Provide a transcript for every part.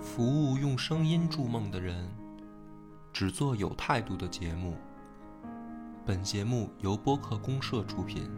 服务用声音筑梦的人，只做有态度的节目。本节目由播客公社出品。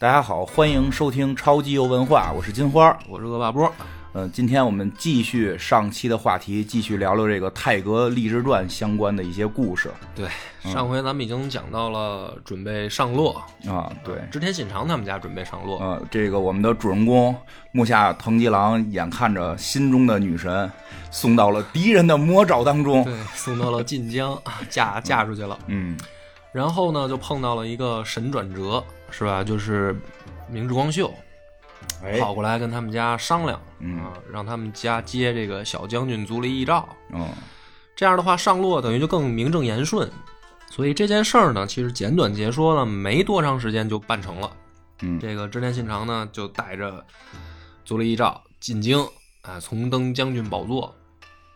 大家好，欢迎收听超级游文化，我是金花。我是恶霸波，嗯、今天我们继续上期的话题，继续聊聊这个泰格励志传相关的一些故事对，上回咱们已经讲到了准备上洛，啊。对，织田信长他们家准备上洛，呃，这个我们的主人公木下藤吉郎眼看着心中的女神送到了敌人的魔爪当中，对，送到了晋江， 啊嫁嫁出去了。嗯，然后呢，就碰到了一个神转折，是吧？就是明智光秀哎，跑过来跟他们家商量，嗯啊，让他们家接这个小将军足利义昭。嗯，这样的话，上洛等于就更名正言顺。所以这件事儿呢，其实简短截说呢，没多长时间就办成了。嗯这个织田信长呢，就带着足利义昭进京啊，重登将军宝座。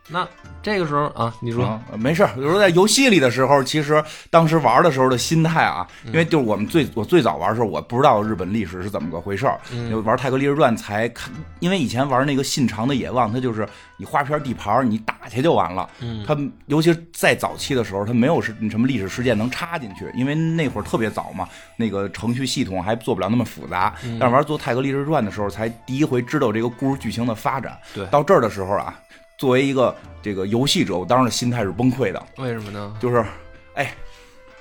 那这个时候啊，你说、啊，没事儿。有时候在游戏里的时候，其实当时玩的时候的心态啊，嗯因为就是我们最我最早玩的时候，我不知道日本历史是怎么个回事儿，嗯就玩《泰格立志传》才看，因为以前玩那个《信长的野望》，它就是你画片地盘儿，你打去就完了。嗯它尤其是在早期的时候，它没有是什么历史事件能插进去，因为那会儿特别早嘛，那个程序系统还做不了那么复杂。嗯但是玩做《泰格立志传》的时候，才第一回知道这个故事剧情的发展。对到这儿的时候啊，作为一个这个游戏者，我当时心态是崩溃的，为什么呢？就是，哎，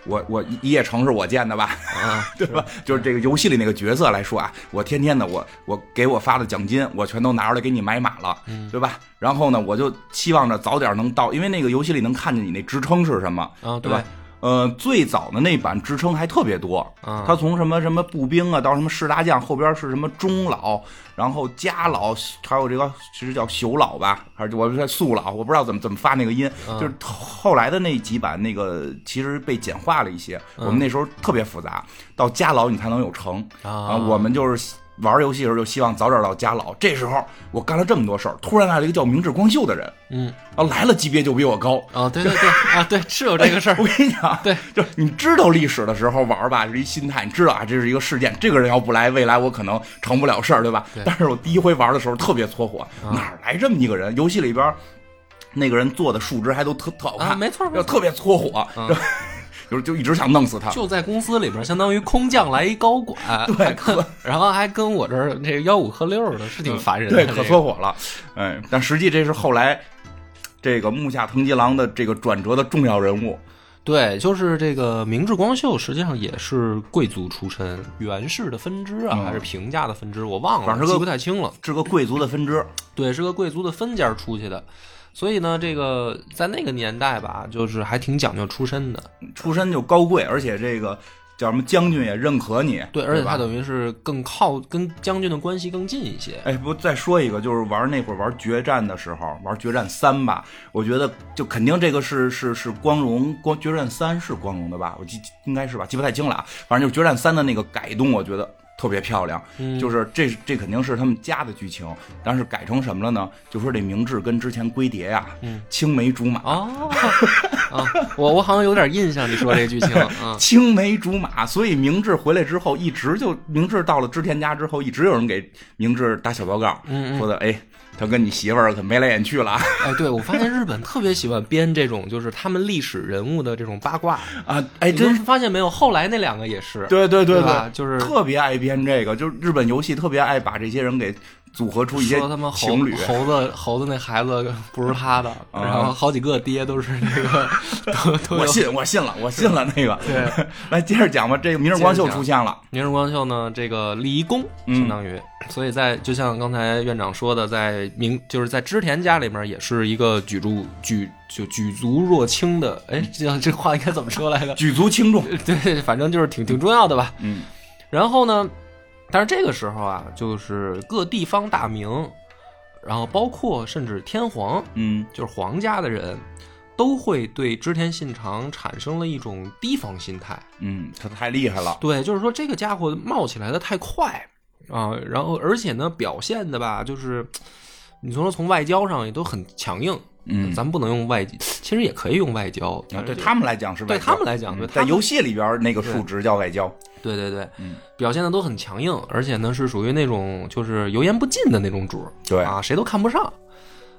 我我一夜城是我建的吧， 啊，对吧？就是这个游戏里那个角色来说啊，我天天的我我给我发的奖金，我全都拿出来给你买满了，对吧？然后呢，我就期望着早点能到，因为那个游戏里能看见你那职称是什么，啊，对吧？呃，最早的那版职称还特别多，啊他从什么什么步兵啊，到什么士大将，后边是什么中老，然后家老，还有这个其实叫朽老吧，还是我是素老，我不知道怎么怎么发那个音，啊就是后来的那几版那个其实被简化了一些，嗯我们那时候特别复杂，到家老你才能有成啊我们就是。玩游戏的时候就希望早点到家老，这时候我干了这么多事儿，突然来了一个叫明智光秀的人，嗯，啊来了级别就比我高，啊，对对对，啊，对，是有这个事 儿我。跟你讲，对，就是你知道历史的时候玩儿吧，是一心态，你知道啊，这是一个事件，这个人要不来，未来我可能成不了事儿，对吧？对啊但是我第一回玩的时候特别搓火，哪儿来这么一个人？游戏里边儿那个人做的数值还都特特好看，啊，没错，没就错特别搓火，就就是就一直想弄死他。就在公司里边，相当于空降来一高管，对，跟 然后还跟我这儿这个吆五喝六的，是挺烦人的。嗯对，这可个搓火了，哎，但实际这是后来这个木下藤吉郎的这个转折的重要人物，对，就是这个明智光秀，实际上也是贵族出身，源氏的分支啊，嗯还是平家的分支，我忘反了，正是个记不太清了。是个贵族的分支，对，是个贵族的分家出去的，所以呢，这个在那个年代吧，就是还挺讲究出身的。出身就高贵，而且这个叫什么将军也认可你，对，而且吧他等于是更靠跟将军的关系更近一些。哎，不，再说一个，就是玩那会儿玩决战的时候，玩决战三吧，我觉得就肯定这个是是是光荣光决战三是光荣的吧，我记应该是吧，记不太清了啊。反正就是决战三的那个改动，我觉得特别漂亮，嗯就是这这肯定是他们家的剧情，但是改成什么了呢？就说这明智跟之前龟蝶呀、嗯青梅竹马。。哦，啊，我我好像有点印象，你说这剧情啊青梅竹马，所以明智回来之后，一直就明智到了织田家之后，一直有人给明智打小报告，嗯说的哎，他跟你媳妇儿可眉来眼去了啊。哎，对，我发现日本特别喜欢编这种，就是他们历史人物的这种八卦。啊，哎，你真们是，发现没有？后来那两个也是，对对对吧？对，就是特别爱编这个，就是日本游戏特别爱把这些人给组合出一些说他们猴情侣，啊猴子猴子那孩子不是他的，然后好几个爹都是那个 都都我有。信，我信了，我信了那个。对，来接着讲吧，这个明日光秀接着讲出现了，明日光秀呢，这个立一功，嗯相当于，所以在就像刚才院长说的，在明就是在织田家里面也是一个举足举就举足若轻的，哎，这样这话应该怎么说来着？ 举足轻重。对，反正就是挺挺重要的吧。嗯，然后呢，但是这个时候啊，就是各地方大名，然后包括甚至天皇，嗯，就是皇家的人，都会对织田信长产生了一种提防心态。嗯，他太厉害了。对，就是说这个家伙冒起来的太快啊，然后而且呢，表现的吧，就是你从说从外交上也都很强硬，嗯咱们不能用外，其实也可以用外交，啊对就他们来讲是外对交嗯他们来讲，对他在们游戏里边那个数值叫外交，对对对，嗯表现的都很强硬，而且呢是属于那种就是油盐不进的那种主儿，对啊，谁都看不上。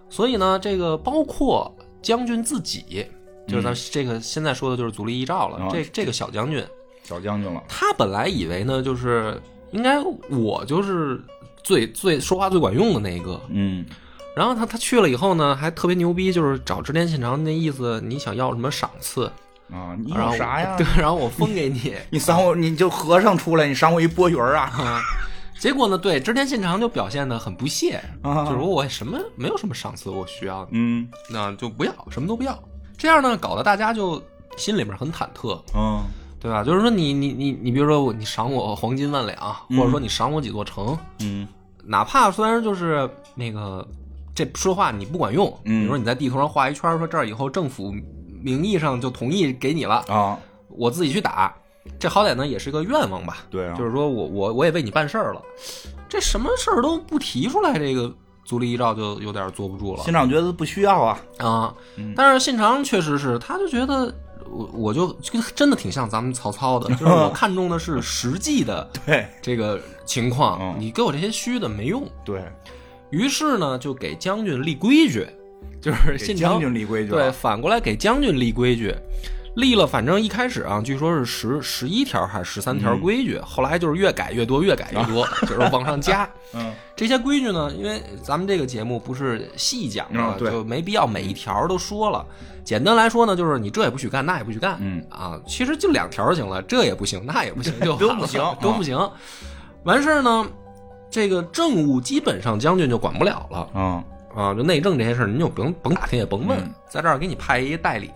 所以呢，这个包括将军自己，就是咱嗯们这个现在说的就是足利义昭了，啊这这个小将军，小将军了，他本来以为呢，就是应该我就是最最说话最管用的那一个，嗯然后他他去了以后呢，还特别牛逼，就是找织田信长那意思，你想要什么赏赐，啊，你然后有我啥呀？ 对，然后我分给你。 你赏我，你就和尚出来，你赏我一钵盂儿啊！啊。结果呢，对织田信长就表现的很不屑，啊 就是我什么没有什么赏赐我需要，嗯那就不要，什么都不要。这样呢，搞得大家就心里面很忐忑，嗯对吧？就是说你你你你，比如说我你赏我黄金万两，或者说你赏我几座城，嗯哪怕虽然就是那个这说话你不管用，嗯比如说你在地图上画一圈，说这儿以后政府名义上就同意给你了，啊，我自己去打，这好歹呢也是个愿望吧，对啊，就是说我我我也为你办事儿了，这什么事儿都不提出来，这个足利义昭就有点坐不住了新长觉得不需要啊，啊。但是信长确实是，他就觉得我我就就真的挺像咱们曹操的，就是我看重的是实际的对这个情况，嗯你给我这些虚的没用。对，于是呢，就给将军立规矩，就是给信将长军立规矩啊对，了，反过来给将军立规矩，立了，反正一开始啊，据说是十十一条还是十三嗯条规矩，后来就是越改越多，越改越 多，就是往上加。嗯这些规矩呢，因为咱们这个节目不是细讲嘛啊，对就没必要每一条都说了。简单来说呢，就是你这也不许干，那也不许干，嗯啊，其实就两条就行了，这也不行，那也不行，就 都完了不 行啊都不行。完事儿呢，这个政务基本上将军就管不了了。嗯啊，就内政这些事儿，您就甭甭打听，也甭问，嗯在这儿给你派一代理。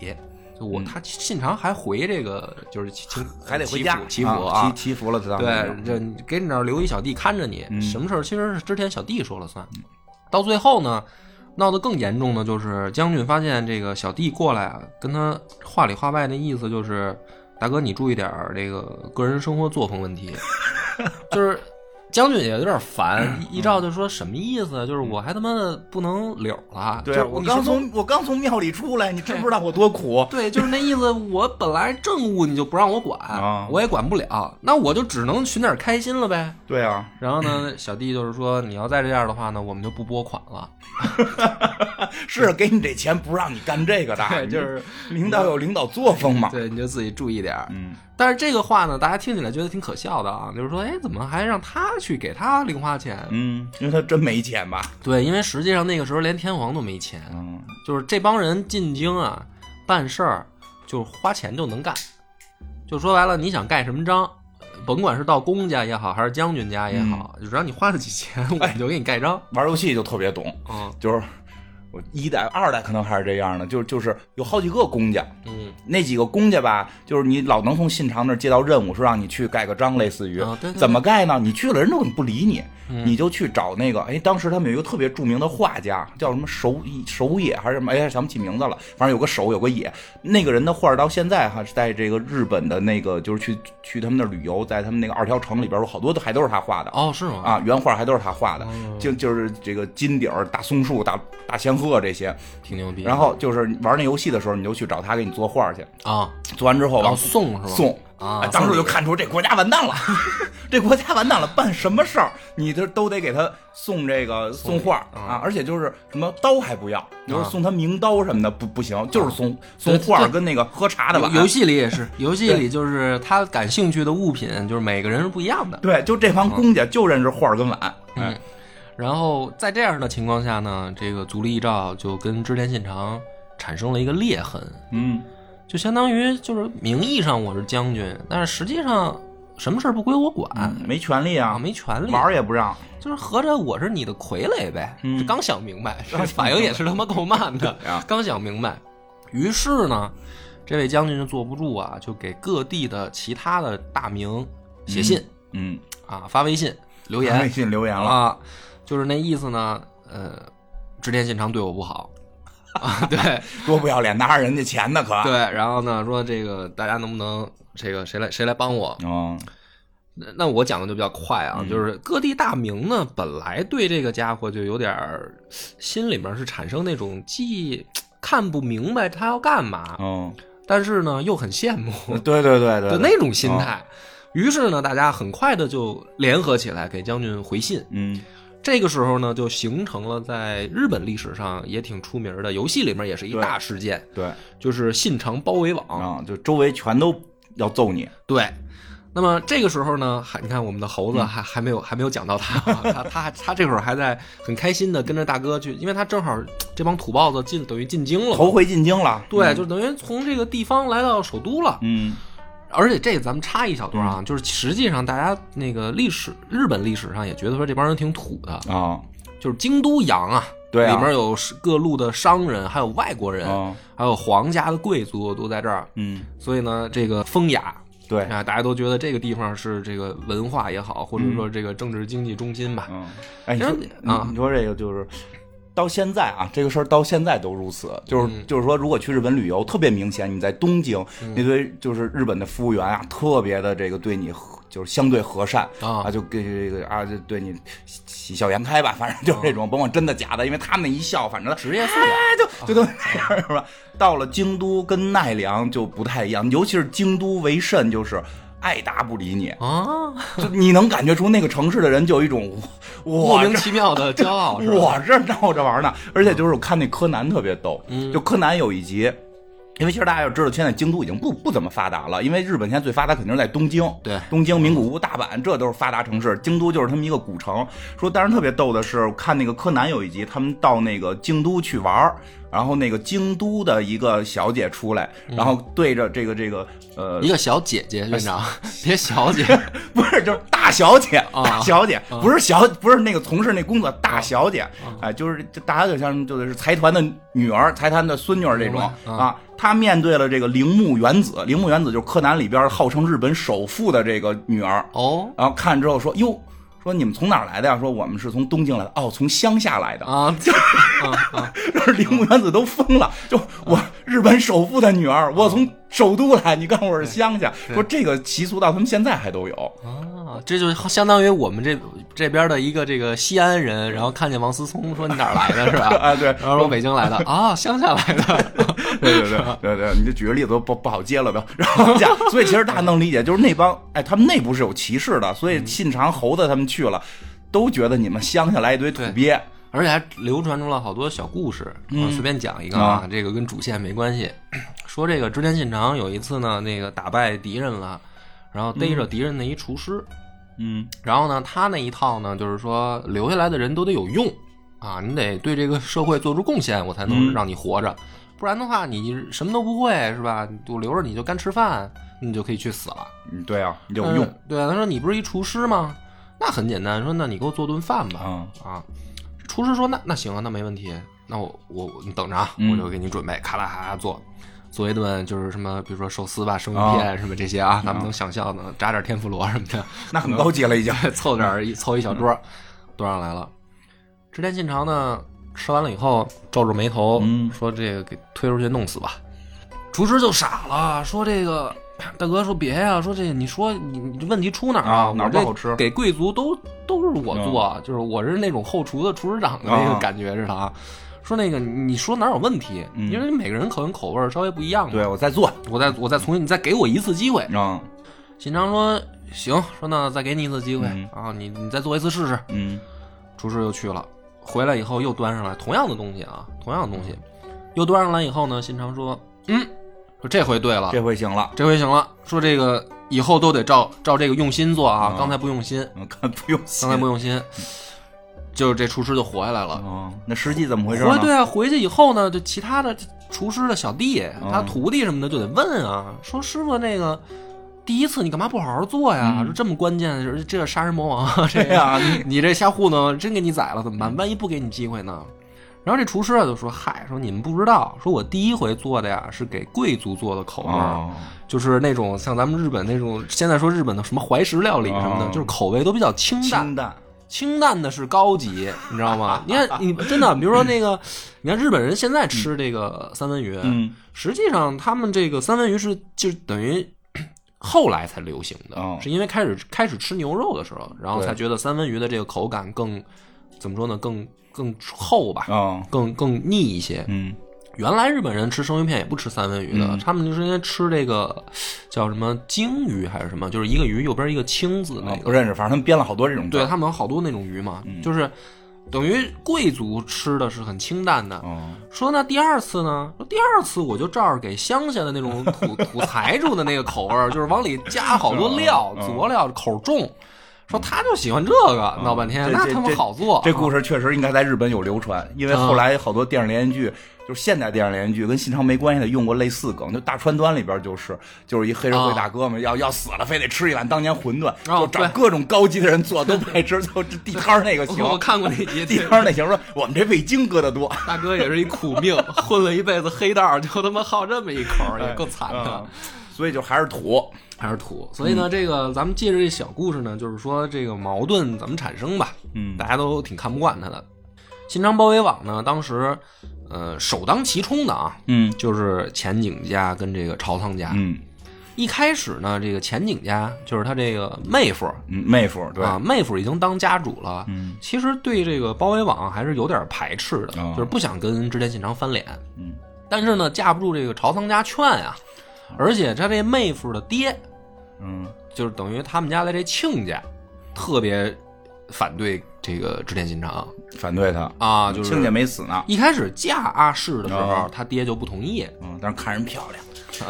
就我、嗯他信长还回这个就是祈请还得回祈家福祈福啊祈，祈福了，他嗯当对，时这你给你那儿留一小弟看着你，嗯什么事儿其实是之前小弟说了算。到最后呢，闹得更严重的就是将军发现这个小弟过来啊，跟他话里话外的意思就是，大哥你注意点儿这个个人生活作风问 题，就是。将军也有点嗯烦，一照就说什么意思？啊就是我还他妈的不能溜儿了。对啊就是我你刚是不从我刚从庙里出来，你知不知道我多 苦？对，就是那意思。我本来政务你就不让我管，啊我也管不了，那我就只能寻点儿开心了呗。对啊，然后呢，小弟就是说，你要再这样的话呢，我们就不拨款了。 是给你这钱不让你干这个的，对就是 你领导有领导作风嘛。啊对，你就自己注意点儿。嗯，但是这个话呢，大家听起来觉得挺可笑的啊，就是说，哎，怎么还让他去给他零花钱？嗯，因为他真没钱吧？对，因为实际上那个时候连天皇都没钱，嗯，就是这帮人进京啊，办事儿就花钱就能干。就说白了，你想盖什么章，甭管是到公家也好，还是将军家也好，只要你花得起钱，我们就给你盖章。玩游戏就特别懂，嗯就是我一代、二代可能还是这样的，就就是有好几个公家，嗯那几个公家吧，就是你老能从信长那儿接到任务，说让你去盖个章，类似于、啊对对对怎么盖呢？你去了，人都不理你，嗯你就去找那个，哎，当时他们有一个特别著名的画家，叫什么手手野还是什么，哎，想不起名字了，反正有个手有个野，那个人的画儿到现在哈是在这个日本的那个，就是去去他们那儿旅游，在他们那个二条城里边，有好多都还都是他画的。哦，是吗？啊，原画还都是他画的，哦就就是这个金顶儿、大松树、大大仙鹤这些。挺牛逼。然后就是玩那游戏的时候，你就去找他给你作画去。啊，做完之后然后往送是吧？送啊哎当时我就送礼看出这国家完蛋了， 这国家完蛋了，办什么事儿你这都得给他送这个送画啊啊，而且就是什么刀还不要，你说啊送他名刀什么的不不行，就是送对送画对跟那个喝茶的碗。游游戏里也是，游戏里就是他感兴趣的物品，就是每个人是不一样的。对，就这帮公家就认识画跟碗，啊嗯哎，然后在这样的情况下呢，这个足利义昭就跟织田信长产生了一个裂痕，嗯，就相当于就是名义上我是将军，但是实际上什么事儿不归我管、没权利啊，啊，没权利，玩儿也不让，就是合着我是你的傀儡呗。嗯这刚想明白，这 反应也是他妈够慢的对啊。刚想明白，于是呢，这位将军就坐不住啊，就给各地的其他的大名写信、嗯，啊，发微信、留言、 微信留言了，啊，就是那意思呢。呃，织田信长对我不好 啊，对，多不要脸，拿着人家钱呢可，对，然后呢，说这个大家能不能这个谁来谁来帮我？嗯，那那我讲的就比较快啊，就是各地大名呢，本来对这个家伙就有点儿心里面是产生那种既看不明白他要干嘛，嗯，但是呢又很羡慕对对对对的对，嗯哦那种心态。于是呢，大家很快的就联合起来给将军回信。嗯这个时候呢，就形成了在日本历史上也挺出名的，游戏里面也是一对大事件，对，就是信长包围网。啊，就周围全都要揍你，对，那么这个时候呢，还你看我们的猴子嗯还还没有还没有讲到他啊，他他他这会儿还在很开心的跟着大哥去，因为他正好这帮土豹子进等于进京了嘛，头回进京了，对，就等于从这个地方来到首都了。嗯，而且这个咱们插一小段啊，就是实际上大家那个历史日本历史上也觉得说这帮人挺土的，嗯啊，就是京都洋啊。对啊里面有各路的商人，还有外国人，哦还有皇家的贵族都在这儿，嗯，所以呢，这个风雅对，啊，大家都觉得这个地方是这个文化也好，或者说这个政治经济中心吧。嗯，哎，你然说后啊你你说这个就是。到现在啊，这个事儿到现在都如此，就是、就是说，如果去日本旅游，特别明显，你在东京、那堆就是日本的服务员啊，特别的这个对你和就是相对和善啊就给这个啊，就对你喜喜笑颜开吧，反正就是这种，甭管真的假的，因为他们那一笑，反正啊职业素养、就就都那样是吧？到了京都跟奈良就不太一样，尤其是京都为甚，就是爱答不理你，啊， 就你能感觉出那个城市的人就有一种 我莫我名这其妙的骄傲 是吧？我这闹着玩呢，而且就是我看那柯南特别逗，就柯南有一集。因为其实大家要知道，现在京都已经不不怎么发达了，因为日本现在最发达肯定是在东京，对东京、名古屋、大阪，这都是发达城市。京都就是他们一个古城。说当时特别逗的是，我看那个柯南有一集，他们到那个京都去玩儿然后那个京都的一个小姐出来，然后对着这个这个呃一个小姐姐，院长，别小 姐，不是，就是大小姐，啊啊大小姐，不是小，不是那个从事那工作大小姐，哎，就是就大家就像就是财团的女儿、财团的孙女儿这种明白啊啊。她面对了这个铃木原子，铃木原子就是柯南里边号称日本首富的这个女儿，哦然后看之后说哟。说你们从哪儿来的呀？说我们是从东京来的，哦，从乡下来的。啊，这铃木原子都疯了，啊就我日本首富的女儿，我从首都来，你告诉我是乡下。说这个习俗到他们现在还都有。哎啊，这就相当于我们这这边的一个这个西安人，然后看见王思聪说你哪儿来的是吧？ 啊，对，然后说北京来的啊，乡下来的， 对对对对对，你就举个例子都不不好接了都。然后这样，所以其实大家能理解，就是那帮哎，他们内部是有歧视的，所以嗯信长猴子他们去了，都觉得你们乡下来一堆土鳖。而且还流传出了好多小故事。嗯我随便讲一个啊，这个跟主线没关系。说这个织田信长有一次呢，那个打败敌人了，然后逮着敌人的一厨师，嗯然后呢，他那一套呢，就是说留下来的人都得有用啊，你得对这个社会做出贡献，我才嗯能让你活着，不然的话你什么都不会是吧？我留着你就干吃饭，你就可以去死了。嗯，对啊，有用嗯。对啊，他说你不是一厨师吗？那很简单，说那你给我做顿饭吧。啊啊，厨师说那那行啊，那没问题，那我我你等着啊，嗯我就给你准备，咔啦咔啦做。做一顿就是什么，比如说寿司吧、生鱼啊片什么这些啊，咱们能想象的，炸点天妇罗什么的。 那很高级了已经。凑点儿一凑一小桌儿，端上来了。织田信长呢，吃完了以后皱皱眉头，嗯说：“这个给推出去弄死吧。”厨师就傻了，说：“这个大哥，说别呀、说这个你说你你这问题出哪儿啊我哪儿不这好吃给贵族都都是我做，就是我是那种后厨的厨师长的那啊个感觉似的啊。”说那个，你说哪儿有问题？嗯因为每个人可能口味儿稍微不一样嘛。对，我在做。我再我再重新，你再给我一次机会。嗯信长说：“行，说那再给你一次机会、嗯啊，你你再做一次试试。嗯，”厨师又去了，回来以后又端上来同样的东西啊，同样的东西，嗯又端上来以后呢，信长说：“嗯，说这回对了，这回行了。这回行了。说这个以后都得照照这个用心做啊，啊刚才不用心，嗯， 看不用心刚才不用心，就是这厨师就活下来了。哦，那实际怎么回事回呢？ 对啊，回去以后呢，就其他的厨师的小弟、嗯他徒弟什么的就得问啊，说师傅那个第一次你干嘛不好好做呀？嗯说这么关键，的事这杀人魔王啊，这对个、呀， 你你这瞎糊弄，真给你宰了怎么办？万一不给你机会呢？然后这厨师啊就说：“嗨，说你们不知道，说我第一回做的呀是给贵族做的口味儿，哦，就是那种像咱们日本那种现在说日本的什么怀石料理什么的，哦就是口味都比较清淡。清淡。清淡的是高 级，你知道吗？你看，你真的，比如说那个，你看日本人现在吃这个三文鱼，嗯实际上他们这个三文鱼是就等于 后来才流行的，哦是因为开始开始吃牛肉的时候，然后对才觉得三文鱼的这个口感更怎么说呢，更更厚吧，嗯更更腻一些。嗯原来日本人吃生鱼片也不吃三文鱼的，嗯他们就是因为吃这个叫什么鲸鱼还是什么，就是一个鱼右边一个青字那啊个，不认识，反正他们编了好多这种字对他们有好多那种鱼嘛，嗯就是等于贵族吃的是很清淡的。哦说那第二次呢？说第二次我就照着给乡下的那种 土土财主的那个口味儿，就是往里加好多料嗯嗯嗯佐料，口重。说他就喜欢这个，闹半天这那这他妈这好做。这故事事确实应该在日本有流传，因为啊后来好多电视连续剧，就是现代电视连续剧跟信长没关系的，用过类似梗，就《大川端》里边就是，就是一黑社会大哥们要要死了，非得吃一碗当年馄饨，哦就找对各种高级的人做都不爱吃， 就这地摊儿那个 行，哦我看过那集，地对摊儿那行说我们这味精搁的多， 大哥也是一苦命， 混了一辈子黑道儿，就他妈好这么一口儿，也够惨的嗯，所以就还是土，还是土。所以呢，这个咱们借着这小故事呢，就是说这个矛盾怎么产生吧，嗯大家都挺看不惯他的。新昌包围网呢，当时呃首当其冲的啊，嗯就是前景家跟这个朝仓家。嗯一开始呢，这个前景家就是他这个妹夫嗯，妹夫对，啊，妹夫已经当家主了，嗯其实对这个包围网还是有点排斥的，哦就是不想跟织田信长翻脸。嗯，但是呢，架不住这个朝仓家劝啊，而且他这妹夫的爹，嗯就是等于他们家的这亲家，特别反对这个织田信长反对他，啊，就是亲家没死呢，一开始嫁阿市的时候哦，他爹就不同意嗯，但是看人漂 亮，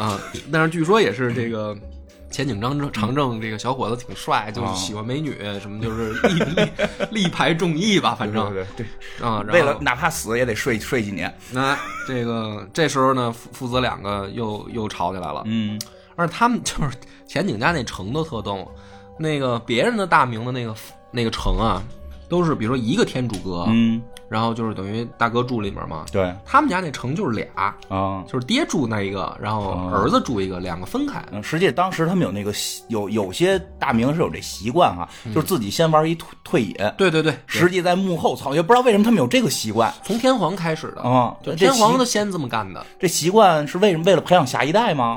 啊，但是据说也是这个。嗯啊前景张正长正这个小伙子挺帅，就是喜欢美女，什么就是力 力力排众议吧，反正对对对。啊，然为后了哪怕死也得睡睡几年。那这个这时候呢，父父子两个又又吵起来了，嗯而且他们就是前景家那城都特逗，那个别人的大名的那个那个城啊，都是比如说一个天主阁，嗯，然后就是等于大哥住里面嘛，对他们家那城就是俩，啊。就是爹住那一个，然后哦儿子住一个，两个分开。嗯实际当时他们有那个习有有些大明是有这习惯哈、就是自己先玩一退退隐，嗯对对对，实际在幕后操，也不知道为什么他们有这个习惯从天皇开始的，啊。对，这天习皇的先这么干的。这习惯是为什么？为了培养下一代吗？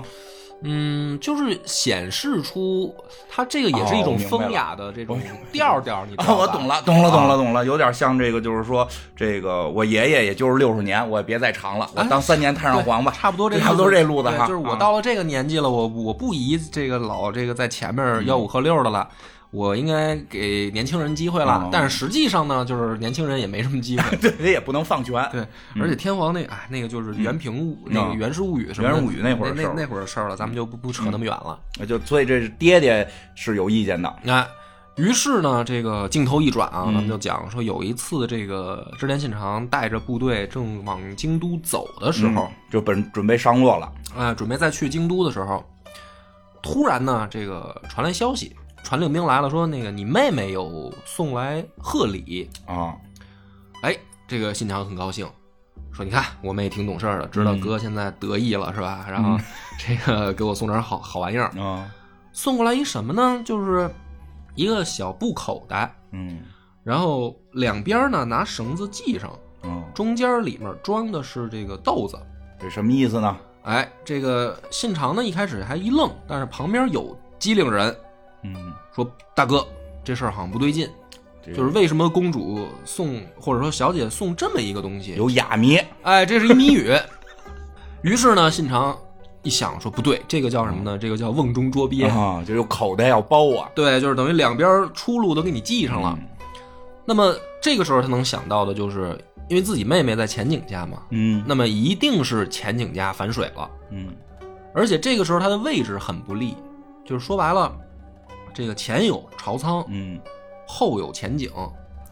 嗯，就是显示出他这个也是一哦种明哦白了风雅的这种调调，你知啊，道吧？啊我懂了，懂了，懂了，懂了，有点像这个，就是说这个我爷爷也就是六十年，我也别再长了，我当三年太上皇吧，差不多这差不多这路子对哈。就是我啊到了这个年纪了，我我不宜这个老这个在前嗯面吆五喝六的了。我应该给年轻人机会了，哦。但是实际上呢，就是年轻人也没什么机会对， 也不能放权。对，而且天皇那哎，那个嗯就是原平物，那个《源氏物语》什么源氏啊物语那那会儿的那事儿嗯那会儿的事儿了，咱们就不不扯那么远了。就所以这是爹爹是有意见的。哎，于是呢，这个镜头一转啊，咱们嗯就讲说有一次，这个织田信长带着部队正往京都走的时候，就本准备上洛了。哎，准备再去京都的时候，突然呢，这个传来消息，传令兵来了，说那个你妹妹有送来贺礼。啊，哎，这个信长很高兴，说你看我妹挺懂事儿的，知道哥现在得意了、是吧？然后 这个给我送点好好玩意儿，啊，送过来一什么呢？就是一个小布口袋，嗯，然后两边呢拿绳子系上，嗯，中间里面装的是这个豆子。这什么意思呢？哎，这个信长呢一开始还一愣，但是旁边有机灵人嗯，说：“大哥，这事儿好像不对劲，这就是为什么公主送或者说小姐送这么一个东西？有哑谜。哎，这是一谜语。”于是呢，信长一想说：“不对，这个叫什么呢？这个叫瓮中捉鳖。啊，就有口袋要包啊。对，就是等于两边出路都给你系上了。嗯那么这个时候他能想到的就是，因为自己妹妹在前景家嘛，嗯那么一定是前景家反水了。嗯而且这个时候他的位置很不利，就是说白了，这个前有朝仓，嗯，后有前景，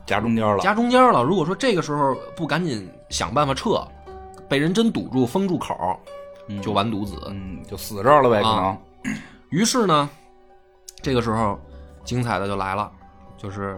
夹中间了。夹中间了。如果说这个时候不赶紧想办法撤，被人真堵住封住口，就完犊子。嗯，就死这儿了呗，可啊能。于是呢，这个时候精彩的就来了，就是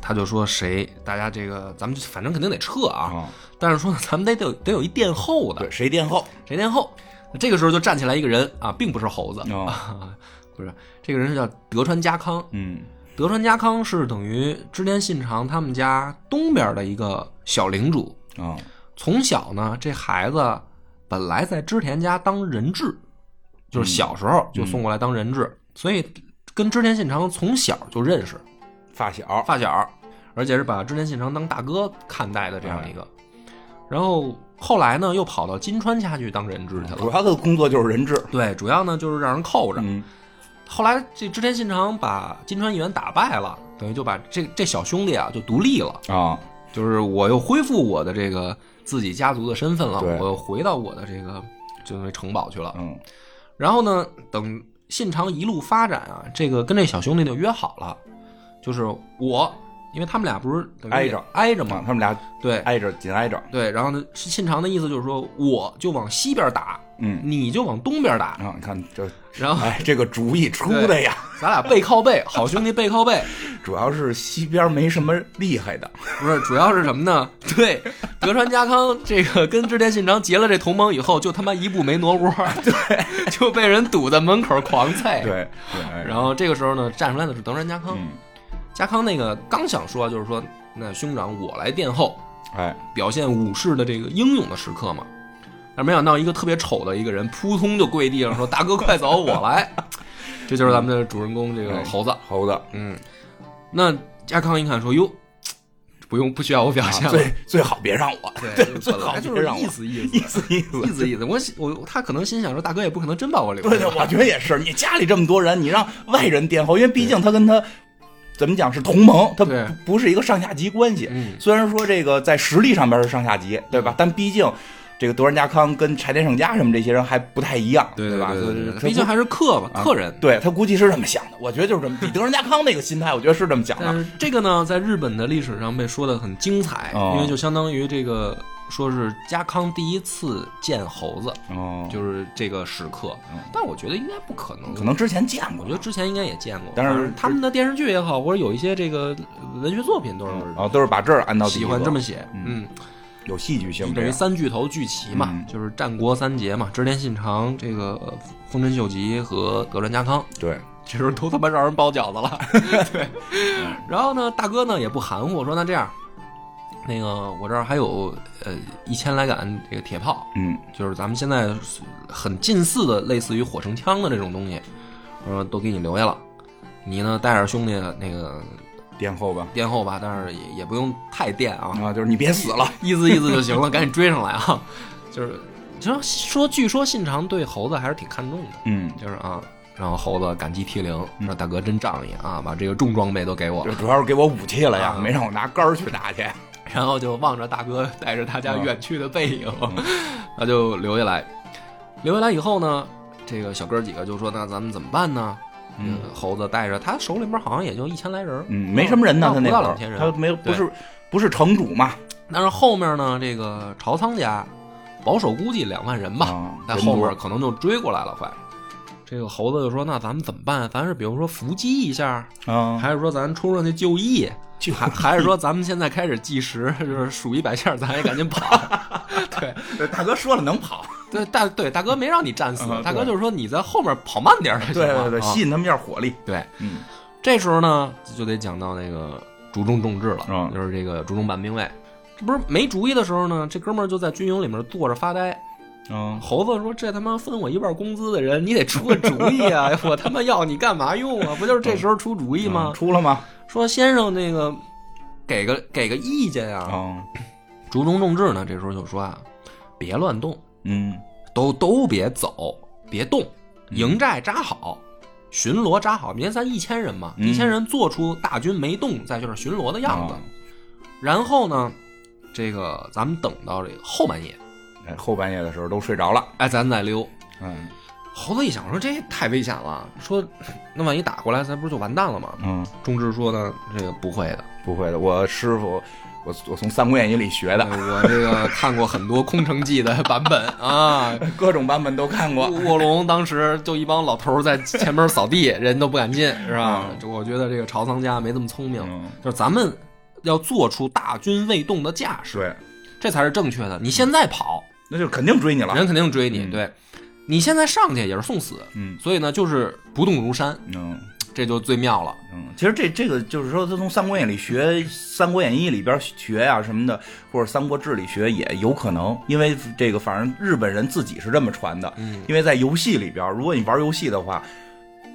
他就说谁，大家这个咱们就反正肯定得撤啊，啊，但是说咱们得得有得有一殿后的对，，谁殿后？谁殿后？那这个时候就站起来一个人啊，并不是猴 子，啊，不是这个人是叫德川家康，嗯德川家康是等于织田信长他们家东边的一个小领主。啊，从小呢，这孩子本来在织田家当人质，就是小时候就送过来当人质，所以跟织田信长从小就认识，发小，发小，而且是把织田信长当大哥看待的这样一个。然后后来呢，又跑到金川家去当人质去主了。要的工作就是人质。对，主要呢就是让人扣着。嗯后来这织田信长把金川议员打败了，等于就把这这小兄弟啊就独立了，啊，就是我又恢复我的这个自己家族的身份了，对我又回到我的这个就那城堡去了。嗯然后呢，等信长一路发展啊，这个跟这小兄弟就约好了，就是我，因为他们俩不是等于挨着挨着啊，嘛，他们俩对挨着，紧挨着。对。然后呢，信长的意思就是说，我就往西边打，嗯你就往东边打，啊，你看这，然后哎，这个主意出的呀，咱俩背靠背，好兄弟背靠背。主要是西边没什么厉害的。不是，主要是什么呢？ 对，德川家康这个跟织田信长结了这同盟以后，就他妈一步没挪窝，对，就被人堵在门口狂菜。，对对，然后这个时候呢，站出来的是德川家康。嗯，家康那个刚想说，就是说，那兄长我来殿后，哎，表现武士的这个英勇的时刻嘛。但没想到一个特别丑的一个人，扑通就跪地上说：“大哥，快走，我来。”这就是咱们的主人公这个哎猴子。猴子，嗯，那家康一看说：“哟，不用，不需要我表啊现了。最最好别让我，对，最本好来就别是让我意思 意思意思意思意。思意思。我想我他可能心想说，大哥也不可能真把我留对下 对，来。我觉得也是。你家里这么多人，你让外人垫后，因为毕竟他跟他怎么讲是同盟，他不对不是一个上下级关系。嗯虽然说这个在实力上边是上下级，对吧？但毕竟这个德川家康跟柴田胜家什么这些人还不太一样，对吧？所以对啊他毕竟估还是客嘛，客人。对他估计是这么想的。我觉得就是这么，比德川家康那个心态，我觉得是这么想但的。是这个呢，在日本的历史上被说的很精彩，哦因为就相当于这个说是家康第一次见猴子，哦就是这个时刻。但我觉得应该不哦可能，可能之前见我过觉，得之前应该也见过，但是反正他们的电视剧也好，或者有一些这个文学作品都是哦，都是把这儿按到第一喜欢个这么写，嗯。有戏剧性，等于三巨头聚齐嘛，嗯就是战国三杰嘛，织田信长、这个呃丰臣秀吉和德川家康，这样这时候都他妈让人包饺子了。 对，然后呢，大哥呢也不含糊，说那这样，那个我这儿还有呃一千来杆这个铁炮，对，嗯就是咱们现在很近似的，类似于火绳枪的这种东西，我说都给你留下了，你呢带着兄弟那个垫后吧殿后吧，但是也也不用太殿啊，啊，就是你别死了，意思意思就行了，赶紧追上来啊！就是，就说说，据说信长对猴子还是挺看重的，嗯。就是啊，然后猴子感激涕零，说大哥真仗义啊，把这个重装备都给我就了，主要是给我武器了呀，啊没让我拿杆儿去打去。然后就望着大哥带着大啊家远去的背影，嗯 那就留下来。留下来以后呢，这个小哥几个就说：“那咱们怎么办呢？”嗯，猴子带着他手里面好像也就一千来人，嗯，没什么人呢，那他那不到会儿两千人他没有不是不是城主嘛，但是后面呢，这个朝仓家保守估计两万人吧，啊在人后多面可能就追过来了，快。这个猴子就说：“那咱们怎么办？咱是比如说伏击一下， 啊，还是说咱冲上去就 义？就还还是说咱们现在开始计时，就是数一百下，咱也赶紧 跑？对大哥说了能跑，对，大对大哥没让你战死，嗯大哥对就是说你在后面跑慢点儿就行 对了。对对，啊吸引他们一下火力。对。嗯这时候呢，就得讲到那个竹中重治了，嗯就是这个竹中半兵卫。这不是没主意的时候呢，这哥们儿就在军营里面坐着发呆，嗯，猴子说：“这他妈分我一半工资的人，你得出个主意 啊！我他妈要你干嘛用啊？不就是这时候出主意吗嗯？出了吗？说先生那个给个给个意见啊。啊，竹中重治呢，这时候就说啊，别乱动，嗯，都都别走，别动，营寨扎好，巡逻扎好。因为咱一千人嘛，嗯一千人做出大军没动，在这儿巡逻的样子啊。然后呢，这个咱们等到这个后半夜，哎后半夜的时候都睡着了，哎，咱再溜。”嗯猴子一想说这太危险了，说那万一打过来，咱不是就完蛋了吗？嗯，中志说呢，这个不会的，不会的，我师傅，我我从《三国演义》里学的，我这个看过很多空城计的版本 啊。各种版本都看过。卧龙当时就一帮老头儿在前面扫地，人都不敢进，是吧？嗯这我觉得这个朝仓家没这么聪明，嗯就是咱们要做出大军未动的架势，对，这才是正确的。你现在跑，那就肯定追你了。人肯定追你，嗯对。你现在上去也是送死，嗯所以呢，就是不动如山，嗯，这就最妙了。嗯，其实这这个就是说，他从《三国演义》里学，《三国演义》里边学呀、什么的，或者《三国志》里学也有可能，因为这个反正日本人自己是这么传的。嗯因为在游戏里边，如果你玩游戏的话，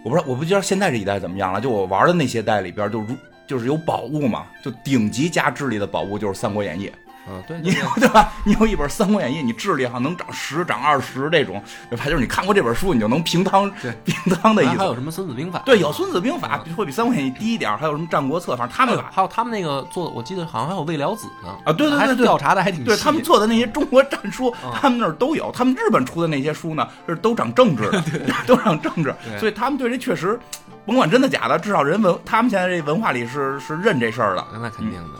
我不知道我不知道现在这一代怎么样了。就我玩的那些代里边，就如就是有宝物嘛，就顶级加智力的宝物就是《三国演义》。啊，对，你对有对吧？你有一本《三国演义》，你智力哈能长十、长二十这种，对吧？就是你看过这本书，你就能平汤对平汤的对意还有思。什么《孙子兵法》？对，有《孙子兵啊法》会比《三国演义》低一点，还有什么《战国策》，反正他还们有把还有他们那个做的，我记得好像还有未了子呢。啊对对对还对调查的还挺对细他们做的那些中国战书嗯，他们那儿都有。他们日本出的那些书呢，是都长政治的， 都长政治 对，所以他们对这确实，甭管真的假的，至少人文他们现在这文化里是是认这事儿的。那肯定的。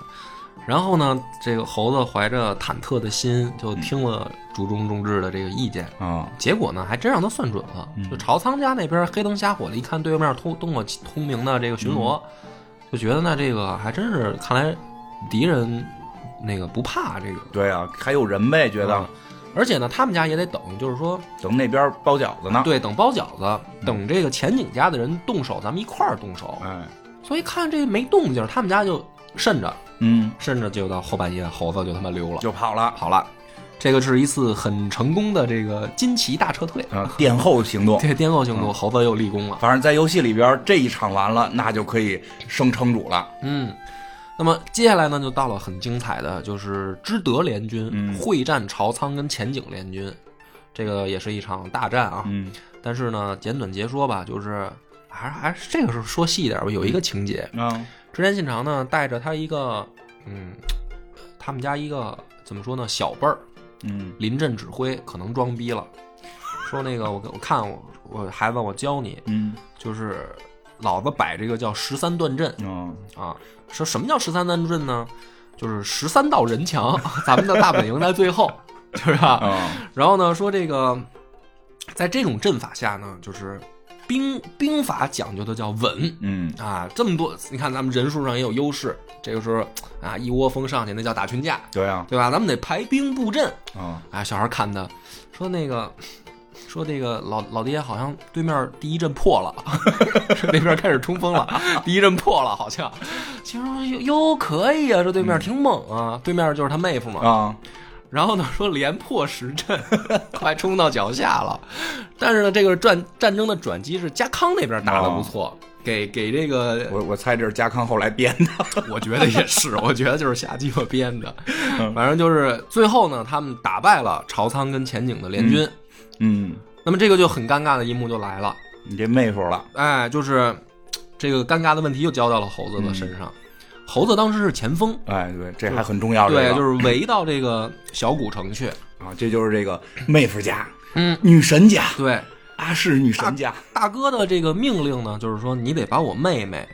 然后呢，这个猴子怀着忐忑的心，就嗯听了竹中重治的这个意见，啊，结果呢，还真让他算准了。嗯就朝仓家那边黑灯瞎火的，一看对面通动了通明的这个巡逻，嗯就觉得那这个还真是，看来敌人那个不怕这个，对啊，还有人呗，觉得嗯而且呢，他们家也得等，就是说，等那边包饺子呢。对，等包饺子，等这个前景家的人动手，咱们一块儿动手。嗯哎，所以看这没动静，他们家就慎着，嗯，慎着就到后半夜，猴子就他妈溜了，就跑了。跑了。这个是一次很成功的这个金旗大撤退，啊，殿后行动。这个巅峰行嗯动，猴子又立功了。反正，在游戏里边这一场完了，那就可以升城主了。嗯，那么接下来呢，就到了很精彩的，就是知德联军、嗯会战朝仓跟前景联军，这个也是一场大战啊。嗯但是呢，简短截说吧，就是还是还是这个是说细一点吧。有一个情节，啊，织田信长呢带着他一个嗯，他们家一个怎么说呢小辈儿嗯临阵指挥，可能装逼了，说那个我我看我我孩子我教你，嗯就是老子摆这个叫十三段阵。嗯，啊，说什么叫十三单阵呢？就是十三道人墙， 咱们的大本营在最后，就是吧？啊，然后呢，说这个，在这种阵法下呢，就是兵兵法讲究的叫稳嗯啊，这么多，你看咱们人数上也有优势，这个时候啊，一窝蜂上去那叫打群架，对啊，对吧？咱们得排兵布阵啊，啊。小孩看的，说那个。说这个老老爹好像对面第一阵破了， 那边开始冲锋了，第一阵破了好像。其实说哟哟可以啊，这对面挺猛啊，对面就是他妹夫嘛。啊，然后呢说连破十阵， 快冲到脚下了。但是呢，这个战战争的转机是家康那边打的不错，给给这个我我猜这是家康后来编的。我觉得也是，我觉得就是瞎鸡巴编的。嗯反正就是最后呢，他们打败了朝仓跟前景的联军。嗯，那么这个就很尴尬的一幕就来了，你这妹夫了。哎，就是这个尴尬的问题又交到了猴子的身上。猴子当时是前锋，哎，对，这还很重要。对，嗯啊这个就是围到这个小古城去。啊，这就是这个妹夫家，嗯，女神家对，啊，是女神家，大哥的这个命令呢，就是说你得把我妹妹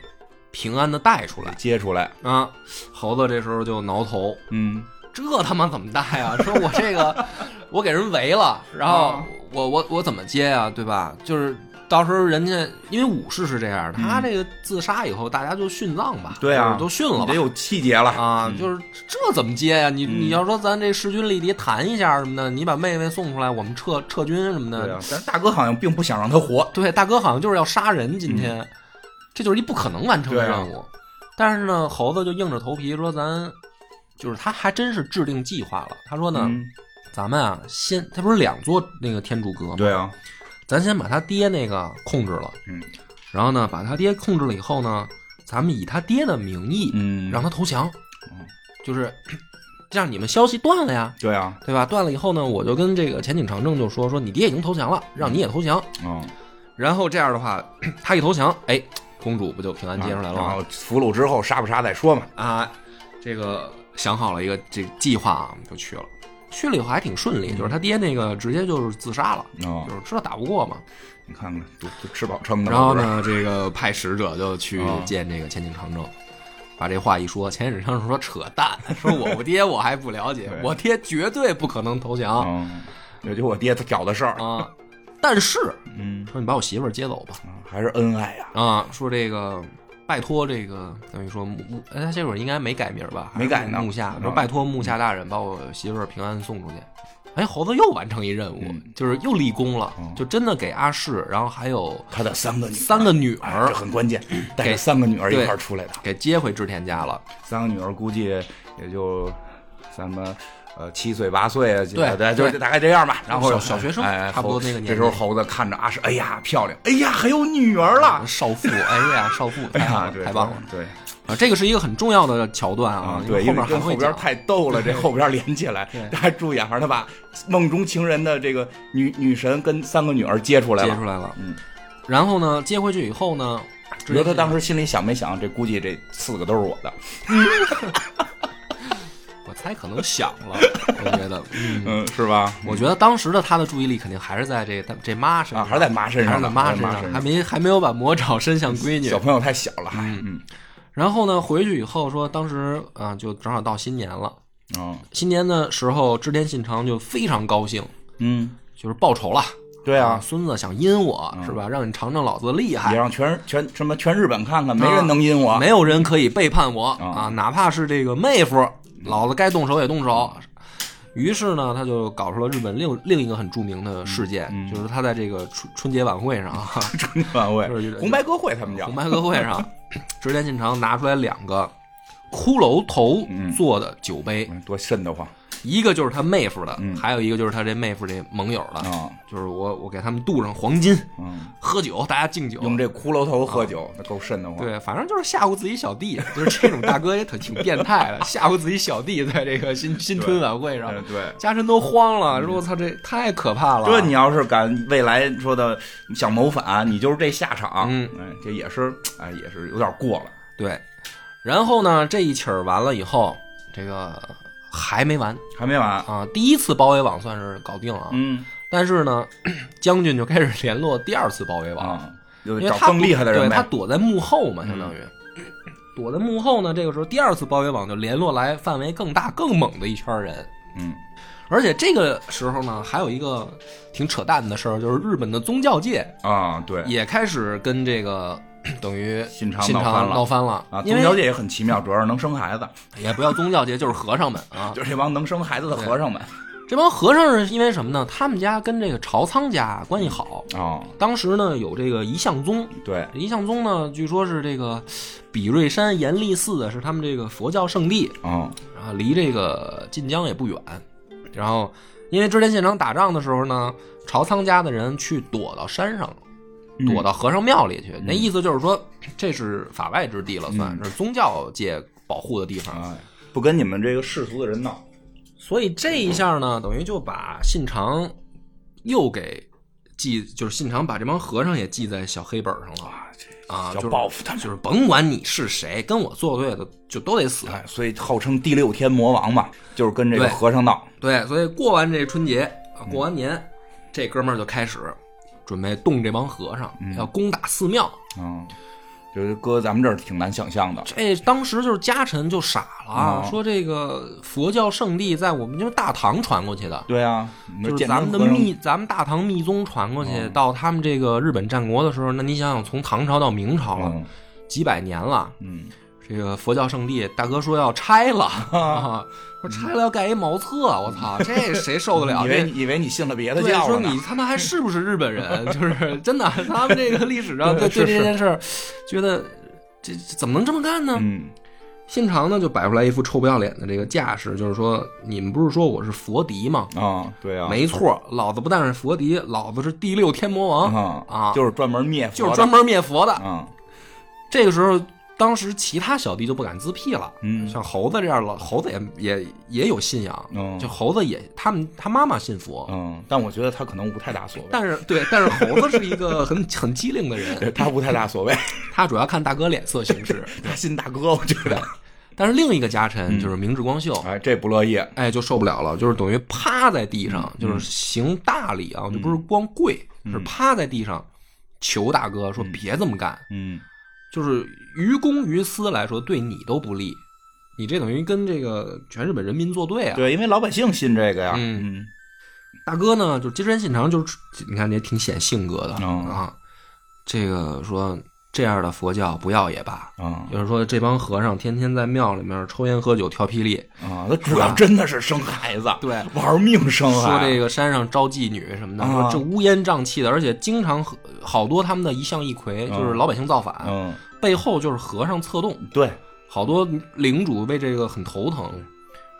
平安的带出来接出来。啊。猴子这时候就挠头，嗯这他妈怎么带呀？说我这 个我给人围了，然后啊我我我怎么接呀？对吧？就是到时候人家因为武士是这样的，他这个自杀以后，大家就殉葬吧，嗯对就啊是都殉了吧你得。嗯有气节了啊，就是这怎么接呀？你你要说咱这势均力敌谈一下什么的，你把妹妹送出来，我们撤撤军什么对啊的。，但是大哥好像并不想让他活。对，大哥好像就是要杀人，今天这就是一不可能完成的嗯对啊任务。但是呢，猴子就硬着头皮说咱。就是他还真是制定计划了。他说呢，嗯，咱们啊，先他不是两座那个天竺阁吗？对啊，咱先把他爹那个控制了，嗯然后呢，把他爹控制了以后呢，咱们以他爹的名义嗯，让他投降，嗯就是 这样，你们消息断了呀，对啊，对吧？断了以后呢，我就跟这个前景长政就说说你爹已经投降了，让你也投降，嗯，然后这样的话， 他一投降，哎，公主不就平安接出来了啊然吗？后俘虏之后杀不杀再说嘛。啊，这个想好了一个这计划啊，就去了。去了以后还挺顺利，嗯就是他爹那个直接就是自杀了，哦就是知道打不过嘛，你看看，都都吃饱撑的。然后是不是？呢，这个派使者就去啊见这个前景长政，把这话一说，前景长政说扯 淡，说我爹我还不了解对，我爹绝对不可能投降嗯，也就我爹他找的事儿。啊。但是嗯，说你把我媳妇儿接走吧啊还是恩爱呀，啊，说这个拜托这个等于说木，哎他这会儿应该没改名吧？还是没改呢木下嗯说拜托木下大人把我媳妇儿平安送出去。哎，猴子又完成一任务，嗯就是又立功了，就真的给阿世，然后还有他的三个女儿三个女哎儿嗯这很关键，带着三个女儿一对块儿出来的，给接回织田家了。三个女儿估计也就什么。呃，七岁八岁啊，对对，对就是大概这样吧。然后小小学生哎，差不多那个年纪这时候猴子看着阿是，哎呀，漂亮，哎呀，还有女儿了，少妇，哎呀，少妇，哎太好呀，了，对太棒了对嗯啊！这个是一个很重要的桥段啊，对，因因为后面为还跟会后边讲。太逗了，这 后边连起来，大家注意啊，反正他把梦中情人的这个女女神跟三个女儿接出来接了出。来了。嗯，然后呢，接回去以后呢，你说他当时心里想没想？这估计这四个都是我的。我猜可能想了，我觉得，嗯，嗯，是吧？我觉得当时的他的注意力肯定还是在这这妈身啊，上，还是在妈身还是上呢，在妈还是身在妈上，还身上。没还没有把魔爪伸向闺女小。朋友太小了，还嗯然后呢，回去以后说，当时啊、就正好到新年了。嗯新年的时候，织田信长就非常高兴，嗯，就是报仇了。对啊，嗯孙子想阴我、是吧？让你尝尝老子的厉害也。让全全什么全日本看啊看，没人能阴我。 没有人可以背叛我啊，哪怕是这个妹夫，嗯老子该动手也动手。于是呢，他就搞出了日本另另一个很著名的事件，嗯就是他在这个春春节晚会上啊，春晚会就是有红白歌会他们叫红白歌会 上，织田信长拿出来两个骷髅头做的酒杯，嗯多瘆得慌一个就是他妹夫的，还有一个就是他这妹夫这盟友的，啊！就是我我给他们镀上黄金，嗯，喝酒，大家敬酒，用这骷髅头喝酒，那够瘆得慌。对，反正就是吓唬自己小弟，就是这种大哥也挺挺变态的，吓唬自己小弟在这个新新春晚会上嗯，对。家人都慌了，说我操，这太可怕了。这你要是敢未来说的想谋反，你就是这下场。嗯，哎，这也是，哎，也是有点过了。对，然后呢，这一起儿完了以后，这个还没完还没完，啊，第一次包围网算是搞定了啊，嗯但是呢，将军就开始联络第二次包围网，啊，就因为得找他更厉害的人对他呗。嗯躲在幕后嘛，相当于。躲在幕后呢，这个时候第二次包围网就联络来范围更大、更猛的一圈人，嗯，而且这个时候呢，还有一个挺扯淡的事儿，就是日本的宗教界啊，对，也开始跟这个 等于信长信闹翻长闹了翻了啊，因宗教为界也很奇妙，主要是能生孩子，也不要宗教界，就是和尚们啊。就是这帮能生孩子的和尚们这帮和尚是因为什么呢？他们家跟这个朝仓家关系好，啊，当时呢有这个一向宗。对，一向宗呢，据说是这个比瑞山严立寺是他们这个佛教圣地，啊，啊，离这个晋江也不远。然后，因为之前现场打仗的时候呢，朝仓家的人去躲到山上了，躲到和尚庙里去。那意思就是说，这是法外之地了算，是宗教界保护的地方。哎，不跟你们这个世俗的人闹，所以这一下呢，等于就把信长又给记，就是信长把这帮和尚也记在小黑本上了啊，这啊，要就是报复他们就是甭管你是谁，跟我作对的就都得死。哎，所以号称第六天魔王嘛，就是跟这个对和尚闹，对，所以过完这春节嗯啊，过完年，这哥们儿就开始准备动这帮和尚，要攻打寺庙。嗯，就是搁咱们这儿挺难想象的，这当时就是家臣就傻了啊，哦说这个佛教圣地在我们就是大唐传过去的，对啊，你说就是建咱成们的和尚哦密，咱们大唐密宗传过去，到他们这个日本战国的时候，那你想想，从唐朝到明朝了，嗯几百年了，嗯，这个佛教圣地，大哥说要拆了，啊、说拆了要盖一茅厕，我操，这谁受得了？以啊这为以为 你信了别的对，教说了呢你他妈还是不是日本 人？就是真的，他们这个历史上对对是这是件事儿，觉得这这怎么能这么干呢？嗯信长呢就摆出来一副臭不要脸的这个架势，就是说你们不是说我是佛敌吗？啊，对啊，没错，老子不但是佛敌，老子是第六天魔王，啊啊就是专门灭佛的，就是专门灭佛的。啊，这个时候，当时其他小弟就不敢自辟了。嗯像猴子这样了，猴子也也也有信仰，嗯就猴子也他们他妈妈信佛，嗯，但我觉得他可能无太大所谓，哦但是对，但是猴子是一个很很机灵的人，对他无太大 所谓，他主要看大哥脸色行事。他信大哥，我觉得，但是另一个家臣就是明智光秀，哎，这不乐意，哎，就受不了了，就是等于趴在地上，就是行大礼啊，就不是光跪，是趴在地上求大哥说别这么干，嗯就是于公于私来说对你都不利，你这等于跟这个全日本人民作对啊。对，因为老百姓信这个呀，嗯嗯大哥呢，就是金山信长，就是你看也挺显性格的哦啊。这个说这样的佛教不要也罢。啊就是说，这帮和尚天天在庙里面抽烟喝酒跳霹雳，啊，他主要真的是生孩子，对玩命生说孩这子，个山上招妓女什么的，说啊这乌烟瘴气的，而且经常和好多他们的一向一揆啊就是老百姓造反，嗯，背后就是和尚策动，对，好多领主为这个很头疼。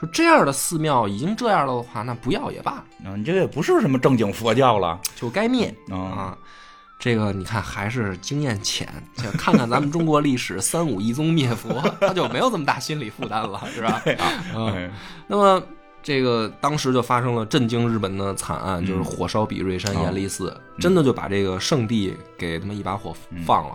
说这样的寺庙已经这样了的话，那不要也罢，嗯，你这个也不是什么正经佛教了，就该灭啊，啊。这个你看还是经验浅，就看看咱们中国历史，三武一宗灭佛， 他就没有这么大心理负担了，是吧？嗯，哎那么这个当时就发生了震惊日本的惨案，就是火烧比瑞山严立寺，真的就把这个圣地给他们一把火放了，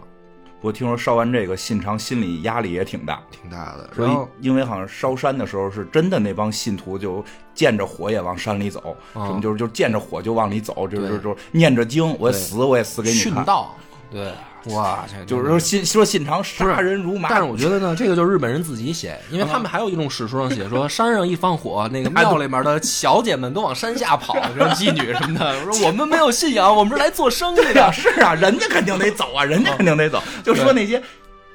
不过听说烧完这个信长心理压力也挺大，挺大的。所然后以因为好像烧山的时候是真的那帮信徒就见着火也往山里走，啊什么就是就见着火就往里走，就对是就就念着经，我对死我也死给你殉看，道，对，哇，这就是说信说信长杀人如麻，但是我觉得呢，这个就是日本人自己写，因为他们还有一种史书上写说，山上一放火，那个庙里面的小姐们都往山下跑，什么妓女什么的。说我们没有信仰，我们是来做生意 对啊，的。是啊，人家肯定得走啊，人家肯定得走。嗯就说那些，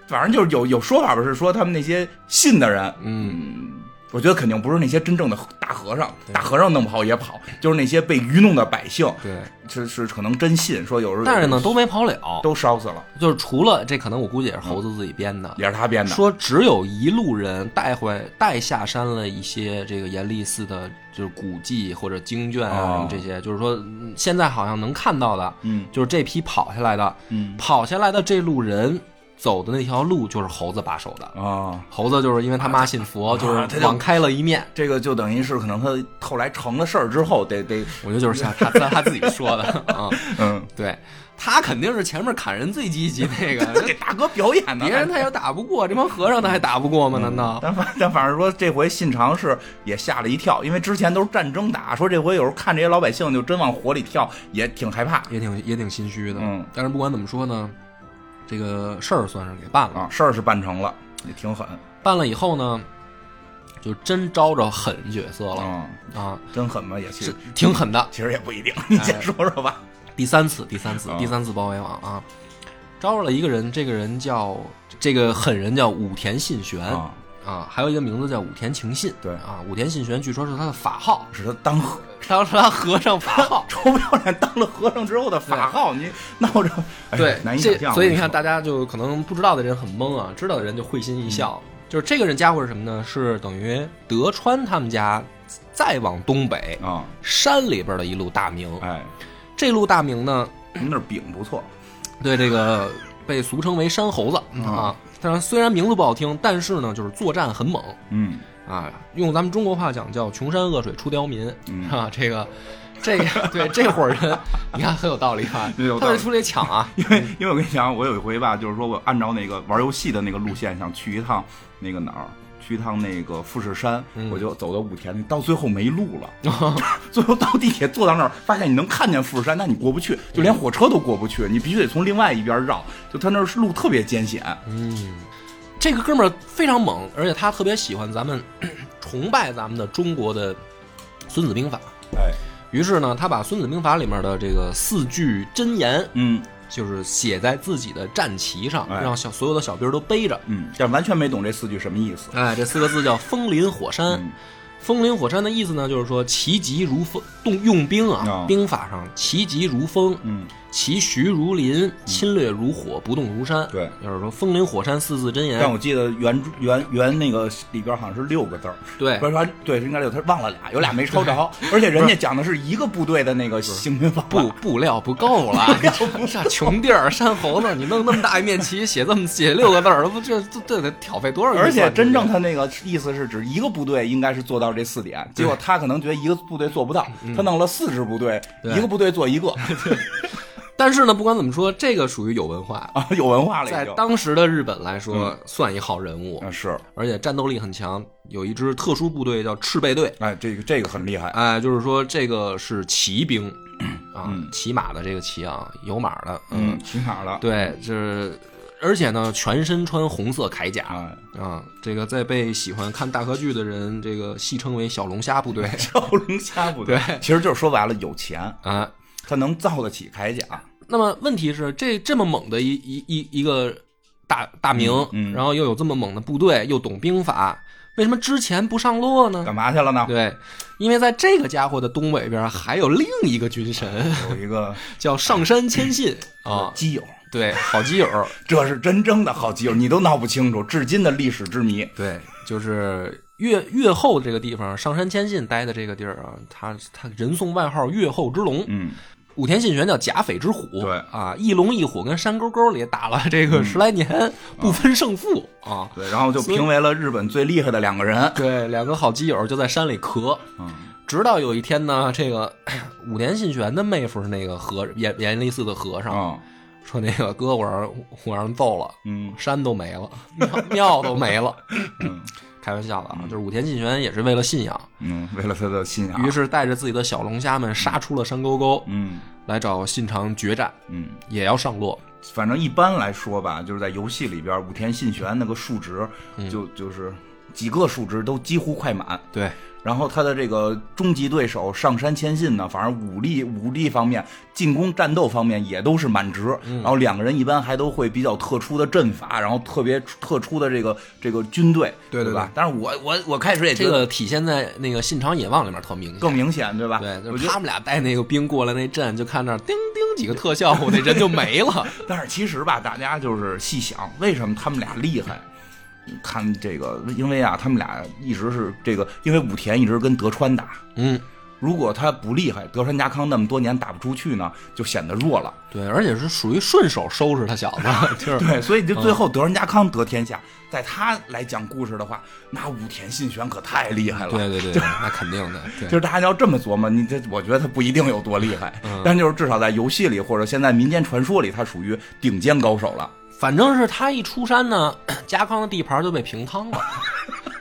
反正就是有有说法吧，是说他们那些信的人，嗯，我觉得肯定不是那些真正的大和尚，大和尚弄不好也跑，就是那些被愚弄的百姓，对，是是可能真信，说有时候但是呢，都没跑了。都烧死了，就是除了这，可能我估计也是猴子自己编的，也是他编的。说只有一路人带回带下山了一些这个严立寺的，就是古迹或者经卷啊什么哦这些，就是说嗯现在好像能看到的，嗯就是这批跑下来的，嗯跑下来的这路人走的那条路就是猴子把守的。啊，猴子就是因为他妈信佛，就他是就网开了一面。这个就等于是可能他后来成了事儿之后，得得 我觉得就是像他他他自己说的 啊，嗯，对他肯定是前面砍人最积极那 这个，给大哥表演呢，别人他也打不过，这帮和尚他还打不过吗？难道？ 但反但反正说这回信长是也吓了一跳，因为之前都是战争打，说这回有时候看这些老百姓就真往火里跳，也挺害怕也挺也挺心虚的。嗯但是不管怎么说呢，这个事儿算是给办了。啊。事儿是办成了，也挺狠办了以后呢，就真招着狠角色了、啊、啊，真狠吗？也这其实挺狠的。其实也不一定，你哎先说说吧。第三次，第三次啊，第三次包围网啊，招了一个人，这个人叫这个狠人叫武田信玄啊，啊，还有一个名字叫武田晴信。对啊，武田信玄据说是他的法号，是他当和。当时他和尚法号臭不要脸当了和尚之后的法号，你闹着哎对，难以这想象。所以你我看，跟大家就可能不知道的人很懵啊，知道的人就会心一笑。嗯就是这个人家伙是什么呢？是等于德川他们家再往东北你说啊，山里边的一路大名。哎，这路大名呢，您那儿饼不错，对这个被俗称为山猴子嗯啊。但是虽然名字不好听，但是呢，就是作战很猛嗯，啊。用咱们中国话讲叫“穷山恶水出刁民”嗯啊，这个。这个对这伙人，你看很有道理吧？ 有他道理们出来抢啊， 因为因为我跟你讲，我有一回吧，就是说我按照那个玩游戏的那个路线，想去一趟那个哪儿，去一趟那个富士山，我就走到武田，到最后没路了，最后到地铁坐到那儿，发现你能看见富士山，但你过不去，就连火车都过不去，你必须得从另外一边绕，就他那儿路特别艰险，嗯这个哥们儿非常猛，而且他特别喜欢咱们， 崇拜咱们的中国的《孙子兵法》。哎，于是呢，他把《孙子兵法》里面的这个四句箴言，嗯就是写在自己的战旗上，哎让小所有的小兵都背着。嗯，但完全没懂这四句什么意思，哎，这四个字叫“风林火山”嗯风林火山的意思呢，就是说其疾如风，动用兵啊，啊兵法上其疾如风，嗯其徐如林，侵略如火，不动如山。对就是说“风林火山”四字真言。但我记得原原原那个里边好像是六个字儿，对不是说对，应该六，他忘了俩，有俩没抄着，哎而且人家讲的是一个部队的那个行军方法，布布料不够 了，这穷地儿山猴子，你弄那么大一面旗，写这么写六个字儿，这不这这这得挑费多少预算？而且真正这他那个意思是指一个部队应该是做到这四点，结果他可能觉得一个部队做不到，他弄了四支部队，嗯对一个部队做 一个个，但是呢，不管怎么说，这个属于有文化，啊，嗯有文化了在已经。当时的日本来说算一号人物，啊是，而且战斗力很强，有一支特殊部队叫赤备队，哎，这个这个很厉害，哎，就是说这个是骑兵啊，骑马的这个骑啊，有马的，嗯，起码了，对，就是而且呢，全身穿红色铠甲， 啊，啊，这个在被喜欢看大合剧的人，这个戏称为“小龙虾部 队赵龙虾部队，其实就是说白了有钱，”啊。他能造得起铠甲，那么问题是，这这么猛的一一一一个大大名，嗯嗯然后又有这么猛的部队，又懂兵法，为什么之前不上洛呢？干嘛去了呢？对，因为在这个家伙的东北边还有另一个军神，有一 个叫上山谦信啊，基友，对，好基友，这是真正的好基友，你都闹不清楚，至今的历史之谜。对，就是越越后这个地方，上山谦信待的这个地儿啊，他他人送外号越后之龙，嗯，武田信玄叫甲斐之虎，对嗯啊，一龙一虎跟山沟沟里打了这个十来年，不分胜负啊。对，然后就评为了日本最厉害的两个人。对，两个好基友就在山里磕，嗯直到有一天呢，这个 哎呀武田信玄的妹夫是那个和严严立寺的和尚，啊说那个哥，我让人我让人揍了，嗯山都没了，庙 庙都没了。嗯 开玩笑的啊，就是武田信玄也是为了信仰，嗯，为了他的信仰。于是带着自己的小龙虾们杀出了山沟沟，嗯来找信长决战，嗯，也要上洛。反正一般来说吧，就是在游戏里边，武田信玄那个数值嗯就就是几个数值都几乎快满。对，然后他的这个终极对手上山谦信呢，反正武力武力方面、进攻战斗方面也都是满值。嗯然后两个人一般还都会比较特殊的阵法，然后特别特殊的这个这个军队，对对对吧？但是我我我开始也觉这得个体现在那个信长野望里面特明显。更明显，对吧？对，就我是觉得他们俩带那个兵过来那阵，就看那儿叮叮几个特效，我那人就没了。但是其实吧，大家就是细想，为什么他们俩厉害？看这个，因为啊，他们俩一直是这个，因为武田一直跟德川打。嗯，如果他不厉害，德川家康那么多年打不出去呢，就显得弱了。 对，而且是属于顺手收拾他小子，就是嗯对，所以就最后德川家康得天下。在他来讲故事的话，那武田信玄可太厉害了。对对对，那肯定的，对就。是大家要这么琢磨，你这我觉得他不一定有多厉害，嗯但就是至少在游戏里或者现在民间传说里，他属于顶尖高手了。反正是他一出山呢， 家康的地盘就被平仓 了，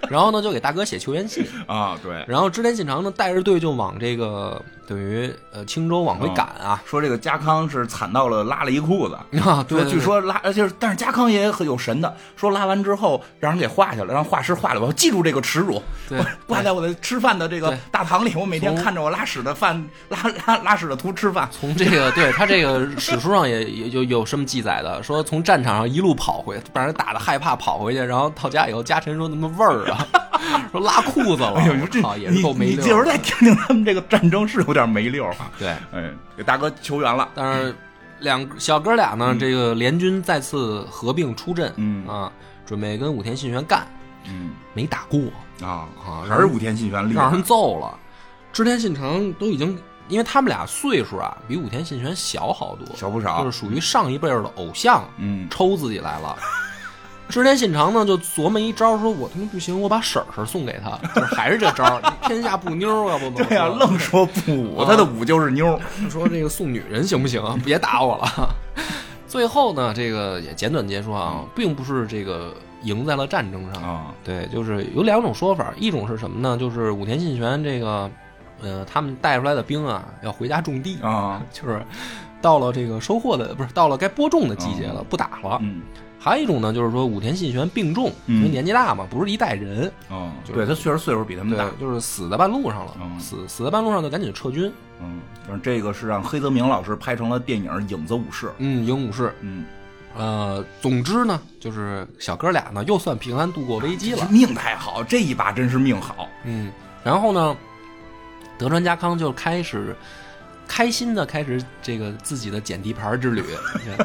然后呢就给大哥写求援信，啊，对。然后织田信长呢带着队就往这个等于呃青州往回赶啊，说这个家康是惨到了拉了一 裤子。啊对说对据说拉，呃就是但是家康也很有神的，说拉完之后让人给画下来，让画师画了，我要记住这个耻辱，对我 挂在我的吃饭的这个对大堂里，我每天从看着我拉屎的饭拉拉拉屎的图吃饭。从这个对他这个史书上也也有有什么记载的，说从战场上一路跑回，把人打的害怕跑回去，然后到家以后，家臣说怎么味儿啊， 说拉裤子了，哎呦，我这操哦也你是够没你溜这会儿儿的。再听听他们这个战争是有点没溜儿啊。对，哎，给大哥求援了。但是两小哥俩呢，这个联军再次合并出阵，嗯啊，准备跟武田信玄干，嗯没打过，啊啊还是武田信玄厉让害人。揍了。织田信长都已经，因为他们俩岁数啊，比武田信玄小好多，小不少就是属于上一辈儿的偶像， 嗯抽自己来了。织田信长呢，就琢磨一招，说我他妈不行，我把婶婶送给他， 就是还是这招，天下不妞儿， 啊要不怎么对呀，说 愣说不武，啊他的武就是妞儿。 说这个送女人行不行啊？别打我了。 最后呢，这个也简短结束嗯啊，并不是这个赢在了战争上啊。对，就是有两种说法，一种是什么呢？就是武田信玄这个，呃，他们带出来的兵啊，要回家种地，啊，就是到了这个收获的不是到了该播种的季节了，不打了。嗯，还有一种呢，就是说武田信玄病重，嗯因为年纪大嘛，不是一代人，哦，就是对他确实岁数比他们对大，，就是死在半路上了，嗯死死在半路上就赶紧撤军。嗯，但是这个是让黑泽明老师拍成了电影《影子武士》，嗯，影武士，嗯，呃，总之呢，就是小哥俩呢又算平安度过危机了。命太好，这一把真是命好，嗯，然后呢，德川家康就开始开心的开始这个自己的捡地盘 之旅。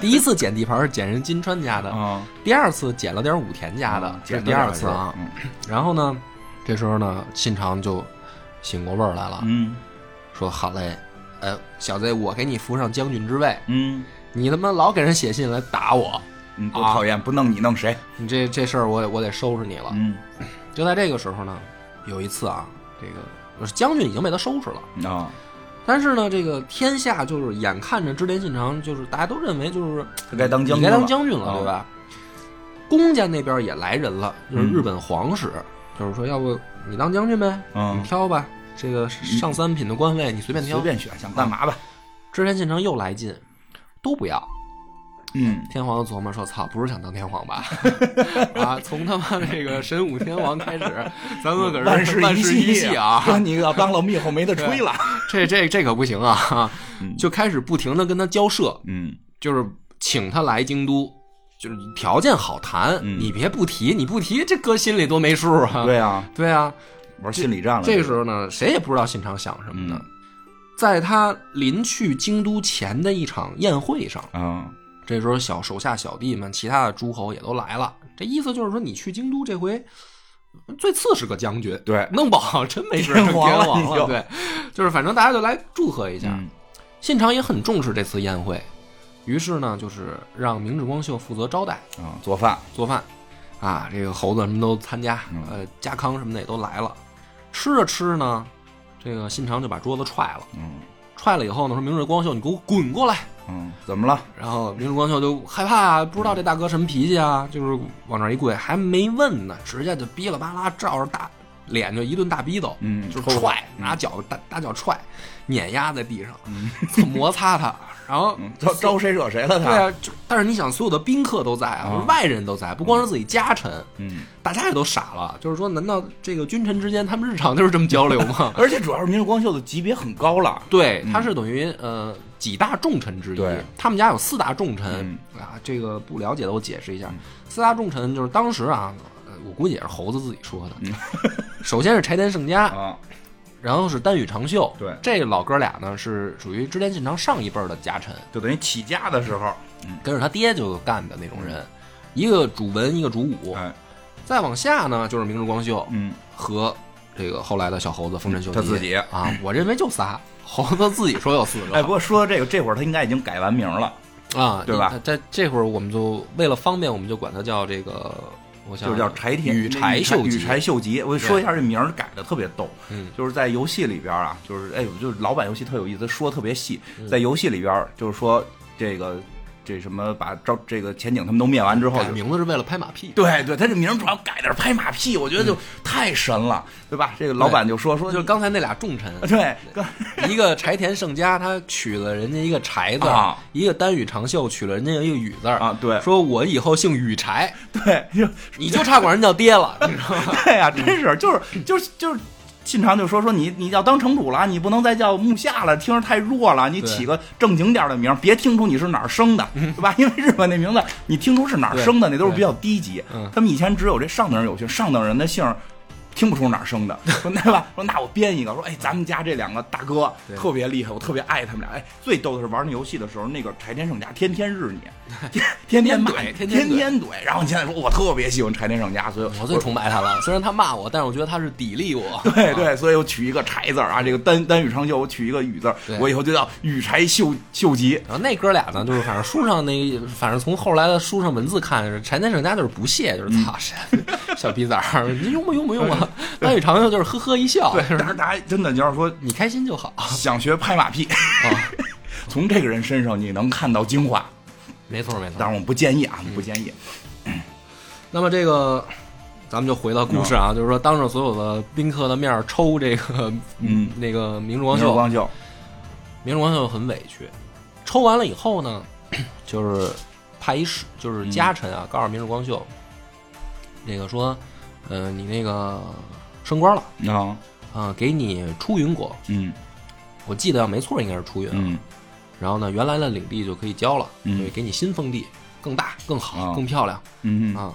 第一次捡地盘是捡人金川家的，啊，第二次捡了点武田家嗯的，这是第二次啊。嗯，然后呢，这时候呢，信长就醒过味儿来了，嗯说：“好嘞，呃，小子，我给你扶上将军之位，嗯你他妈老给人写信来打我，嗯，啊多讨厌，不弄你弄谁？你这这事儿我我得收拾你了。”嗯就在这个时候呢，有一次啊，这个将军已经被他收拾了，啊，但是呢，这个天下就是眼看着织田信长，就是大家都认为就是他该当将你军，该当，将军了，啊对吧？公家那边也来人了，就是日本皇室，就是说要不你当将军呗，嗯你，挑吧，这个上三品的官位你随便随挑。便选，想干嘛吧，织田信长又来劲，都不要，嗯，天皇琢磨说：“操，不是想当天皇吧？啊，从他妈这个神武天皇开始，咱们可是万事万事一系啊！，你要当了蜜后没得吹了。这这这可不行啊！就开始不停的跟他交涉，嗯就是请他来京都，就是条件好谈，嗯你别不提，你不提这搁心里多没数啊！对啊，对啊，玩心理战了。这个个时候呢，谁也不知道信长想什么呢。嗯在他临去京都前的一场宴会上，啊，这时候小手下小弟们，其他的诸侯也都来了。这意思就是说，你去京都这回，最次是个将军，对，弄不好真没事天成皇了王你了。就对，就是反正大家就来祝贺一下。嗯信长也很重视这次宴会，于是呢，就是让明智光秀负责招待啊，做饭做饭，啊，这个猴子什么都参加，嗯呃，家康什么的也都来了。吃着吃着呢，这个信长就把桌子踹了，嗯踹了以后呢，说明智光秀，你给我滚过来。嗯，怎么了？然后明日光秀就害怕，不知道这大哥什么脾气啊，就是往那儿一跪，还没问呢，直接就哔啦吧啦照着大脸就一顿大逼斗，嗯就是抽他踹，拿脚大大脚踹，碾压在地上，摩擦他，然后。嗯招招谁惹谁对了？他啊，就但是你想，所有的宾客都在啊，啊外人都在，不光是自己家臣，嗯，？大家也都傻了。就是说，难道这个君臣之间他们日常就是这么交流吗而且主要是明日光秀的级别很高了。对，他是等于呃几大重臣之一嗯对。他们家有四大重臣、嗯啊，这个不了解的我解释一下。四大重臣就是当时啊，呃我估计也是猴子自己说的。 首先是柴田胜家，嗯啊，然后是丹羽长秀。对这老哥俩呢是属于织田信长上一辈儿的家臣，就等于起家的时候，跟着他爹就干的那种嗯人。一个主文，一个主武。哎，再往下呢，就是明智光秀嗯，和这个后来的小猴子丰臣秀吉。他自己啊，我认为就仨。猴子自己说有四个。哎，不过说到这个，这会儿他应该已经改完名了，啊，对吧你？在这会儿，我们就为了方便，我们就管他叫这个，我想就是叫柴田羽柴秀吉羽柴秀吉。我说一下这名儿改的特别逗，嗯就是在游戏里边啊，就是哎呦，就是老版游戏特有意思，说特别细。嗯在游戏里边儿，就是说这个这什么把招这个前景他们都灭完之后，改就名字是为了拍马屁，对对，他这名儿主要改点拍马屁，我觉得就太神了，对吧？这个老板就 说说嗯就是刚才那俩重臣，对，刚一个柴田胜家，他娶了人家一个柴字啊，一个丹羽长秀娶了人家一个羽字啊对说我以后姓羽柴， 对就你就差管人叫爹了， 你知道吗？对呀、真是就是就是就是，信长就说说你你要当城主了，你不能再叫木下了，听着太弱了，你对嗯起个正经点的名儿，别听出你是哪儿生的，对吧？因为日本那名字你听出是哪儿生的，对那都是比较低级嗯。他们以前只有这上等人有姓，上等人的姓儿。听不出哪儿 生的，说对吧？说那我编一个，说哎，咱们家这两个大哥对特别厉害，我特别爱他们俩。哎，最逗的是玩那游戏的时候，那个柴田胜家天天 日你，天天天骂你，天天怼天天天怼天怼。然后你现在说我特别喜欢柴田胜家，所以我最崇拜他了，虽然他骂我，但是我觉得他是砥砺我。 对哎对，所以我取一个柴字儿啊，这个单单羽长袖，我取一个羽字儿对，我以后就叫羽柴秀秀吉。然后那哥俩呢，就是反正书上那，反正从后来的书上文字看，柴田胜家就是不屑，就嗯是操神、小逼崽儿，你用吧用吧用吧。关羽长袖就是呵呵一笑，对，就是啊但是大家真的，你要说你开心就好。想学拍马屁，啊 从这个人身上你能看到精华，没错没错但。是我不建议啊，不建议。那么这个，咱们就回到故事啊，就是说当着所有的宾客的面儿抽这个，嗯，那个明智明光日秀，光秀，明智光秀很委屈。抽完了以后呢，就是派一使，嗯就是家臣啊，告诉明智光秀，那个说，呃，你那个升官了。啊，啊，给你出云国，嗯我记得要没错，应该是出云啊。嗯然后呢，原来的领地就可以交了，嗯对，给你新封地，更大、更好、啊更漂亮嗯啊。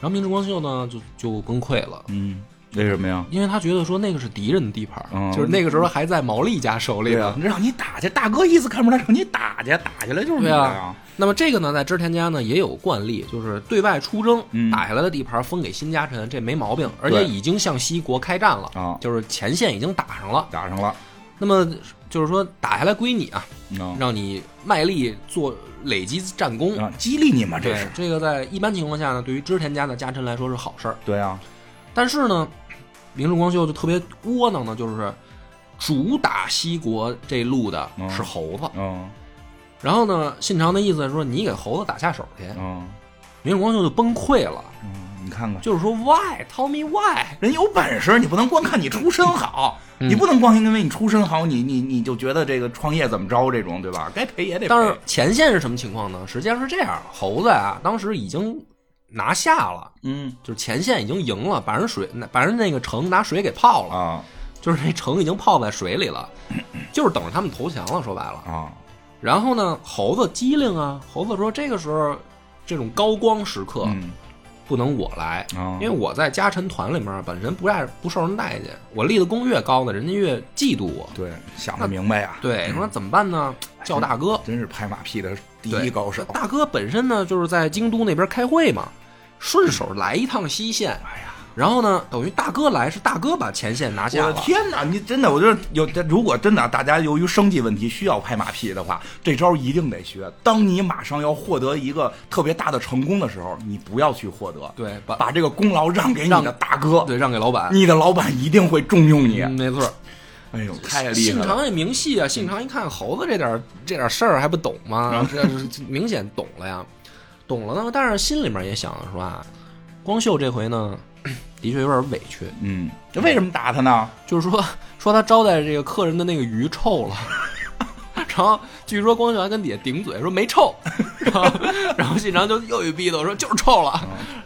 然后明治光秀呢，就就崩溃了。嗯，为什么呀？因为他觉得说那个是敌人的地盘儿，嗯就是那个时候还在毛利家手里对呢。啊，让你打去，大哥意思看不出来，让你打去，打下来就是你对的啊呀。那么这个呢，在织田家呢也有惯例，就是对外出征，嗯打下来的地盘分给新家臣，这没毛病。而且对已经向西国开战了，啊，就是前线已经打上了。打上了，那么就是说打下来归你啊，啊让你卖力做累积战功。啊，激励你嘛，这对是。这个在一般情况下呢，对于织田家的家臣来说是好事儿。对啊，但是呢，明治光秀就特别窝囊的，就是主打西国这路的嗯是猴子。嗯然后呢，信长的意思是说你给猴子打下手去，嗯明治光秀就崩溃了。嗯你看看，就是说 why，tell me why，人有本事，你不能光看你出身好，嗯你不能光因为你出身好，你你你就觉得这个创业怎么着这种，对吧？该赔也得赔。但是前线是什么情况呢？实际上是这样，猴子啊，当时已经拿下了，嗯就是前线已经赢了，把人水把人那个城拿水给泡了，啊就是那城已经泡在水里了，就是等着他们投降了。说白了，啊，然后呢，猴子机灵啊，猴子说这个时候这种高光时刻嗯不能我来，啊因为我在家臣团里面本身不爱不受人待见，我立的功越高呢，人家越嫉妒我。对，想得明白呀，嗯对，说怎么办呢？叫大哥，真是拍马屁的第对哎一高手。大哥本身呢就是在京都那边开会嘛，顺手来一趟西线。哎呀，然后呢，等于大哥来是大哥把前线拿我下的了。天哪！你真的，我觉得有，如果真的大家由于生计问题需要拍马屁的话，这招一定得学。当你马上要获得一个特别大的成功的时候，你不要去获得，对，把把这个功劳让给你的让大哥，对让给老板。你的老板一定会重用你。嗯没错儿，哎呦，太厉信害了！长也明细啊，信长一看猴子这点儿这点儿事儿还不懂吗？这这明显懂了呀，懂了呢。但是心里面也想说啊，光秀这回呢， 的确有点委屈，嗯，这为什么打他呢？就是说说他招待这个客人的那个鱼臭了。 然后据说光秀还跟底下顶嘴说没臭， 然后然后信长就又一逼斗说就是臭了，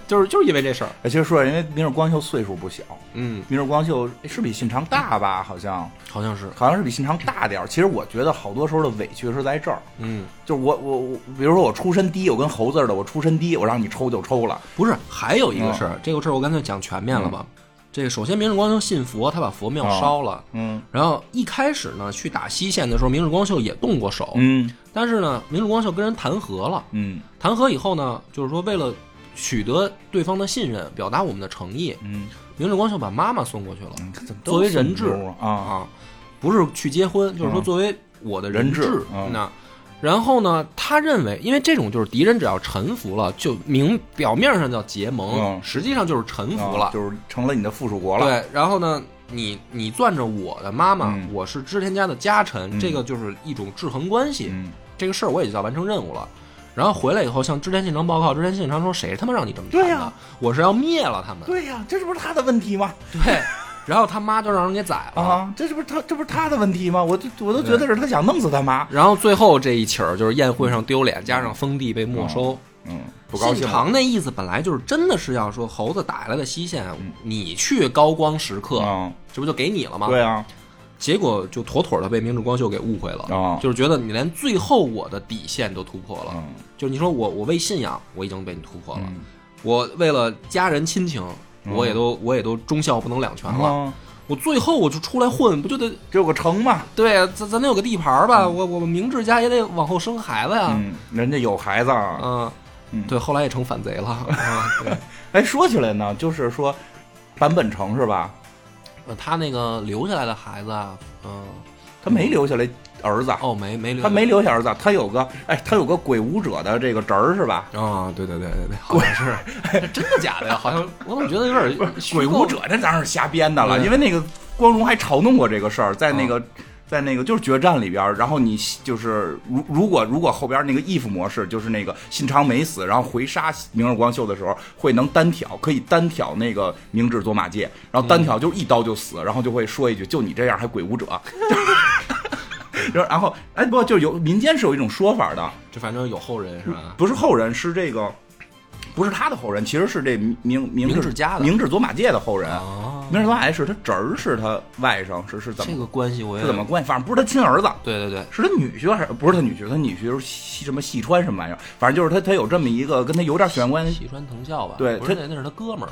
就是就是因为这事儿。哎其实说，因为明日光秀岁数不小，嗯，明日光秀是比信长大吧？好像好像是。好像是比信长大点儿。其实我觉得好多时候的委屈是在这儿，嗯，就是我我我，比如说我出身低，我跟猴子似的，我出身低，我让你抽就抽了，不是，还有一个事儿，这个事儿我干脆讲全面了吧。这个首先，明日光秀信佛，他把佛庙嗯哦烧了。嗯然后一开始呢，去打西线的时候，明日光秀也动过手，嗯但是呢，明日光秀跟人谈和了。嗯谈和以后呢，就是说为了取得对方的信任，表达我们的诚意，嗯，明日光秀把妈妈送过去了怎么都作为人质是牛啊啊，不是去结婚，就是说嗯作为我的人质质嗯那。然后呢，他认为，因为这种就是敌人只要臣服了，就明表面上叫结盟，嗯实际上就是臣服了啊，。就是成了你的附属国了。对，然后呢，你你攥着我的妈妈，嗯我是织田家的家臣，嗯这个就是一种制衡关系。嗯，这个事儿我也就叫完成任务了。然后回来以后向织田信长报告，织田信长说：“谁他妈让你这么干的？对呀我是要灭了他们。对呀，这这不是他的问题吗？对”然后他妈就让人给宰了。 啊，这这不是他这不是他的问题吗？我就我都觉得是他想弄死他妈。然后最后这一起儿就是宴会上丢脸，加上封地被没收。嗯，不高信兴了。长那意思本来就是真的是要说猴子打下来的西线，你去高光时刻，嗯，这不就给你了吗？对啊，结果就妥妥的被明治光秀给误会了，哦就是觉得你连最后我的底线都突破了，嗯就是你说我我为信仰我已经被你突破了，我为了家人亲情我也嗯都、我也都忠孝不能两全了，啊，我最后我就出来混不就得这有个城嘛，对啊咱咱得有个地盘儿吧，我我们明治家也得往后生孩子呀，嗯、嗯，人家有孩子啊，对，后来也成反贼了， 啊、对，哎，说起来呢，就是说坂本城是吧？呃他那个留下来的孩子啊，嗯、他没留下来儿子，哦没没留，他没留下儿子，他有个哎，他有个鬼舞者的这个侄儿是吧？啊、对对对对 对，好像是， 这真的假的呀？好像我怎么觉得有点虚鬼构舞者那当然是瞎编的了，对嗯因为那个光荣还嘲弄过这个事儿，在那个。在那个就是决战里边儿，然后你就是如如果如果后边那个 if 模式，就是那个信长没死，然后回杀明日光秀的时候，会能单挑，可以单挑那个明治佐马介，然后嗯单挑就是一刀就死，然后就会说一句就你这样还鬼舞 者， 然后然后哎不就有民间是有一种说法的，这反正有后人是吧？不是后人，是这个，不是他的后人，其实是这明明明明治家的明治佐马介的后人。啊，明治佐马介是他侄儿，是他外甥，是是怎这么、个关系我也是怎么关系？反正不是他亲儿子，对对对，是他女婿还是不是他女婿？他女婿是西什么细川什么玩意儿？反正就是他他有这么一个跟他有点血缘关系。西川藤孝吧？嗯对不是他那那是他哥们儿。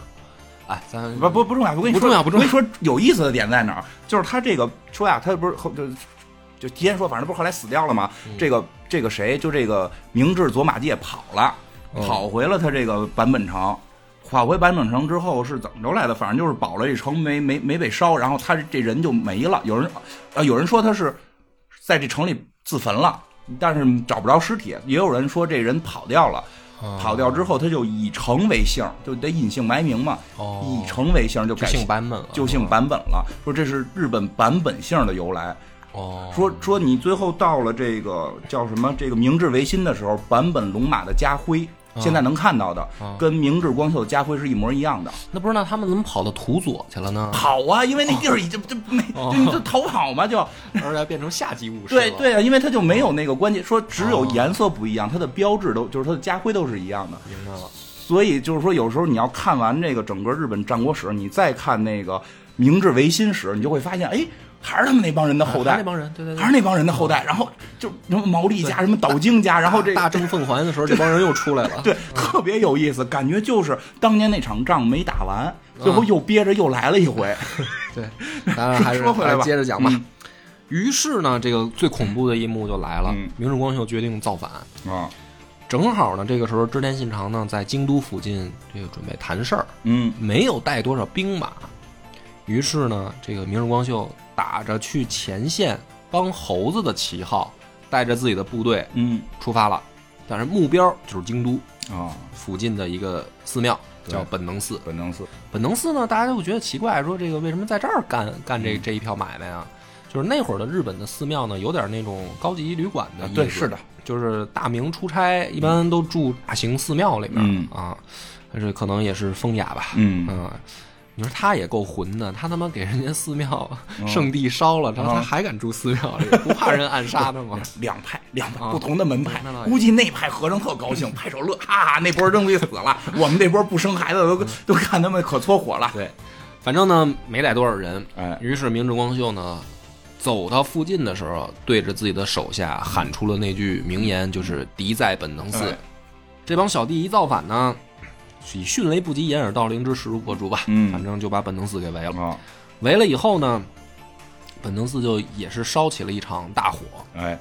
哎，咱不不不重要，我跟你说不重要不重要我跟你说有意思的点在哪儿？就是他这个说呀，他不是后就就提前说，反正不是后来死掉了吗？嗯这个这个谁就这个明治佐马介跑了，嗯跑回了他这个坂本城。跑回坂本城之后是怎么着来的？反正就是保了这城没没没被烧，然后他这人就没了。有人啊，有人说他是在这城里自焚了，但是找不着尸体；也有人说这人跑掉了。哦跑掉之后，他就以城为姓，就得隐姓埋名嘛。哦以城为姓就就改姓版本了，就姓版本了。说这是日本版本姓的由来。哦，说说你最后到了这个叫什么这个明治维新的时候，版本龙马的家徽哦现在能看到的，跟明治光秀家徽是一模一样的。那不是那他们怎么跑到土佐去了呢？跑啊，因为那地儿已经就没，哦就你就逃跑嘛，就而且变成下级武士了。对对啊，因为它就没哦有那个关键，说只有颜色不一样，它的标志都就是它的家徽都是一样的。明白了。所以就是说，有时候你要看完这个整个日本战国史，你再看那个明治维新史，你就会发现，哎，还是他们那帮人的后代，还是那帮人对对对啊还是那帮人的后代。然后就什么毛利 家、什么岛津家，然后这大正奉还的时候，这帮人又出来了。对特别有意思，感觉就是当年那场仗没打完，最后又憋着又来了一回。对，当然还是 说回来吧嗯还是接着讲吧。于是呢，这个最恐怖的一幕就来了，嗯明治光秀决定造反。啊，正好呢，这个时候织田信长呢在京都附近这个准备谈事儿，嗯没有带多少兵马，于是呢，这个明日光秀打着去前线帮猴子的旗号，带着自己的部队嗯出发了，但是目标就是京都啊，附近的一个寺庙，叫本能寺。本能寺本能寺呢，大家就会觉得奇怪，说这个为什么在这儿干干嗯这这一票买卖啊？就是那会儿的日本的寺庙呢，有点那种高级旅馆的意思，啊对是的，就是大明出差一般都住大型寺庙里面、嗯啊，但是可能也是风雅吧，嗯嗯，你说他也够混的，他他妈给人家寺庙哦圣地烧了，然后他还敢住寺庙里，不怕人暗杀他吗？ 两派两派啊不同的门派那倒，也估计那派和尚特高兴，拍手乐，哈哈， 那波扔去死了， 我们这波不生孩子的都都看他们可搓火了。对，反正呢没带多少人，哎于是明治光秀呢走到附近的时候，对着自己的手下喊出了那句名言，就是“敌在本能寺”哎这帮小弟一造反呢，以迅雷不及掩耳盗铃之势如破竹吧，嗯反正就把本能寺给围了。啊，围了以后呢，本能寺就也是烧起了一场大火。哎，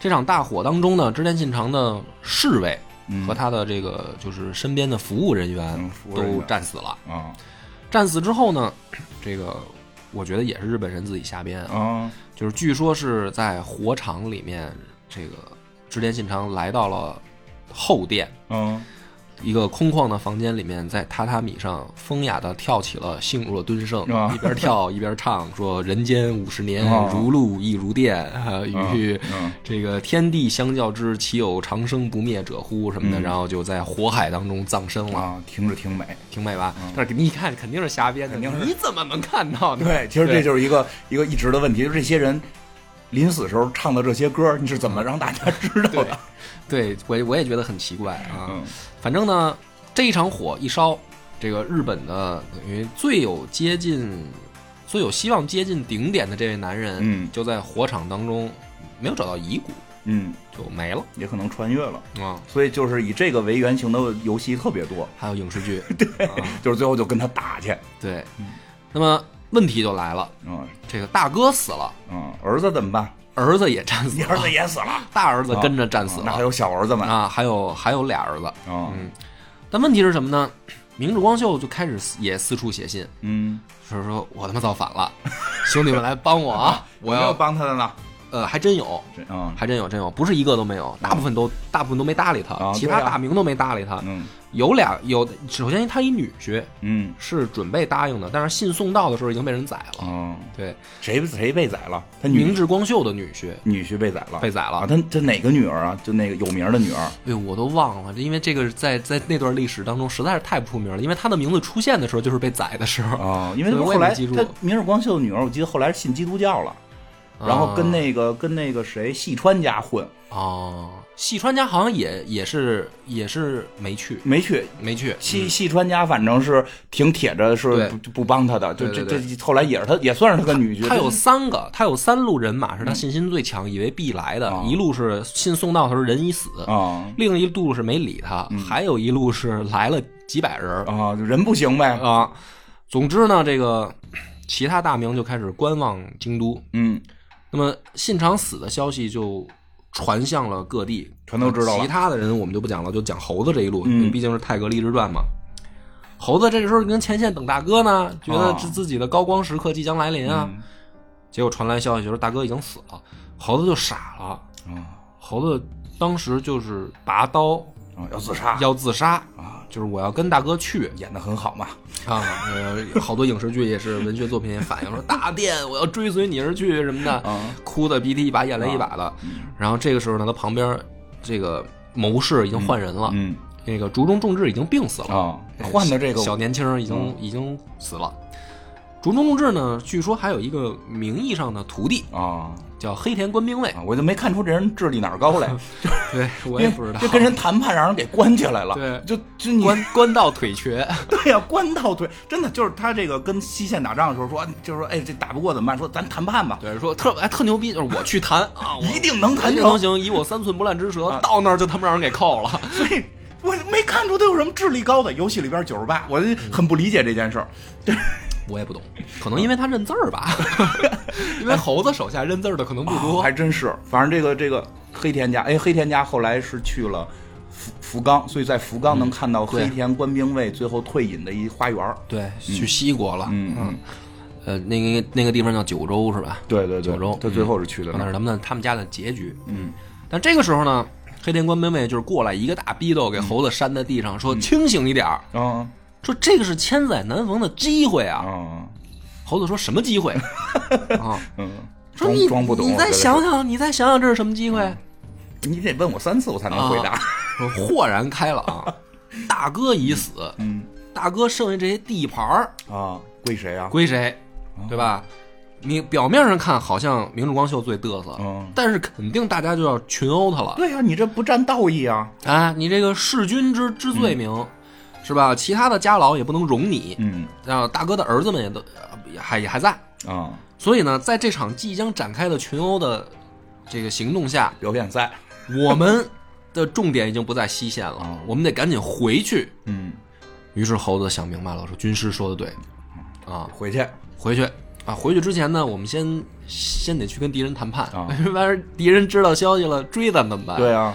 这场大火当中呢，织田信长的侍卫嗯和他的这个就是身边的服务人嗯员服务人员都战死了。啊战死之后呢，这个我觉得也是日本人自己瞎编啊，啊，就是据说是在火场里面，这个织田信长来到了后殿嗯，一个空旷的房间里面，在榻榻米上风雅的跳起了《性若敦盛啊》，一边跳一边唱说：“人间五十年啊，如露亦如电，啊 与嗯这个天地相较之，岂有长生不灭者乎？”什么的，嗯然后就在火海当中葬身了，啊，听着挺美。 挺美吧？但是你一看肯定是瞎编的，嗯肯定是你怎么能看到呢？对，其实这就是一个一个一直的问题，就是这些人临死时候唱的这些歌，你是怎么让大家知道的？对我我也觉得很奇怪啊。嗯反正呢，这一场火一烧，这个日本的等于最有接近、最有希望接近顶点的这位男人，嗯就在火场当中没有找到遗骨，嗯，就没了也可能穿越了。啊。所以就是以这个为原型的游戏特别多，还有影视 剧，对、啊、就是最后就跟他打去，对。那么问题就来了，嗯这个大哥死了，嗯，儿子怎么办？儿子也战 死你了，儿子也死了，大儿子跟着 战死那了还有小儿子们啊，啊，还有还有俩儿子。嗯但问题是什么呢？明治光秀就开始也四处写信，嗯，就是说我他妈造反 了，兄弟们来帮我啊！我有没有要帮他的呢，呃，还真有，这嗯还真有，真有，不是一个都没有，大部分都大部分都没搭理啊他，其他对啊大名都没搭理他。嗯有俩有，首先他一女婿嗯是准备答应的，但是信送到的时候已经被人宰了。嗯，对，谁谁被宰了？他明女治光秀的女婿女婿被宰了，被宰了啊，。他他哪个女儿啊？就那个有名儿的女儿，哎呦，我都忘了，这因为这个在在那段历史当中实在是太不出名了，因为他的名字出现的时候就是被宰的时候，哦，因为所以我后也没来记住他明日光秀的女儿，我记得后来信基督教了， 啊然后跟那个、跟那个谁细川家混，哦，细川家好像也也是也是没去没去。没去，细细川家反正是挺铁着，嗯对是不不帮他的，就对这对这后来也是他也算是他的女婿。他有就是三个，他有三路人马是他信心最强，以为必来的啊。一路是信送到的时候人已死，啊嗯另一路是没理他，还有一路是来了几百人儿啊，人不行呗。啊。总之呢，这个其他大名就开始观望京都。嗯，那么信长死的消息就传向了各地，全都知道了其他的人我们就不讲了，就讲猴子这一路，嗯因为毕竟是泰格立志传嘛。猴子这个时候跟前线等大哥呢，觉得啊自自己的高光时刻即将来临啊。嗯结果传来消息，就是大哥已经死了，猴子就傻了。啊猴子当时就是拔刀啊，要自杀要自杀，啊，就是我要跟大哥去演的很好嘛。啊。呃，好多影视剧也是，文学作品也反映说大殿我要追随你而去什么的，啊嗯哭的鼻涕一把眼泪一把的。然后这个时候呢，他旁边这个谋士已经换人了，嗯那个竹中重治已经病死了啊，换的这个嗯小年轻儿已经、已经死了。竹中重治呢，据说还有一个名义上的徒弟啊叫黑田官兵卫，啊，我就没看出这人智力哪儿 高来，对我也不知道就，跟人谈判让人给关起来了，对就就你官官到腿瘸， 对呀、关到腿， 真的就是他这个跟西线打仗的时候说，就是说，哎，这打不过怎么办？说咱谈判吧，对，说特哎特牛逼，就是我去谈啊，我一定能谈一定成能。行，以我三寸不烂之舌啊，到那儿就他妈让人给扣了。所以我没看出他有什么智力高的。游戏里边九十八，我就很不理解这件事儿。我也不懂，可能因为他认字儿吧， 因为猴子手下认字儿的可能不多。哦还真是，反正这个这个黑田家，哎，黑田家后来是去了福福冈，所以在福冈能看到黑田官兵卫最后退隐的一花园儿。对，去西国了，嗯嗯，呃，那个那个地方叫九州是吧？对对对，九州他最后是去的那那儿。是他们的他们家的结局。嗯，但这个时候呢，黑田官兵卫就是过来一个大逼斗，给猴子扇在地上，说清醒一点儿，嗯说这个是千载难逢的机会啊。嗯猴子说什么机 会？啊，嗯，说装你装不懂，你我再觉得想想，你再想想这是什么机会？嗯是，你得问我三次我才能回答。我豁然开朗、大哥已死，嗯大哥剩下这些地盘儿啊，归谁啊？归谁，对吧？你表面上看好像明治光秀最嘚瑟，嗯但是肯定大家就要群殴他了对啊呀、你这不占道义啊！啊！你这个弑君之之罪名、是吧？其他的家老也不能容你，嗯然后大哥的儿子们也都呃也还也还在，啊，所以呢，在这场即将展开的群殴的这个行动下，表演赛，我 们的重点已经不在西线了哦，我们得赶紧回去嗯，于是猴子想明白了，说军师说的对，啊，回去回去啊，回去之前呢，我们先先得去跟敌人谈判 啊，万一敌人知道消息了，追咱怎么办？，对啊，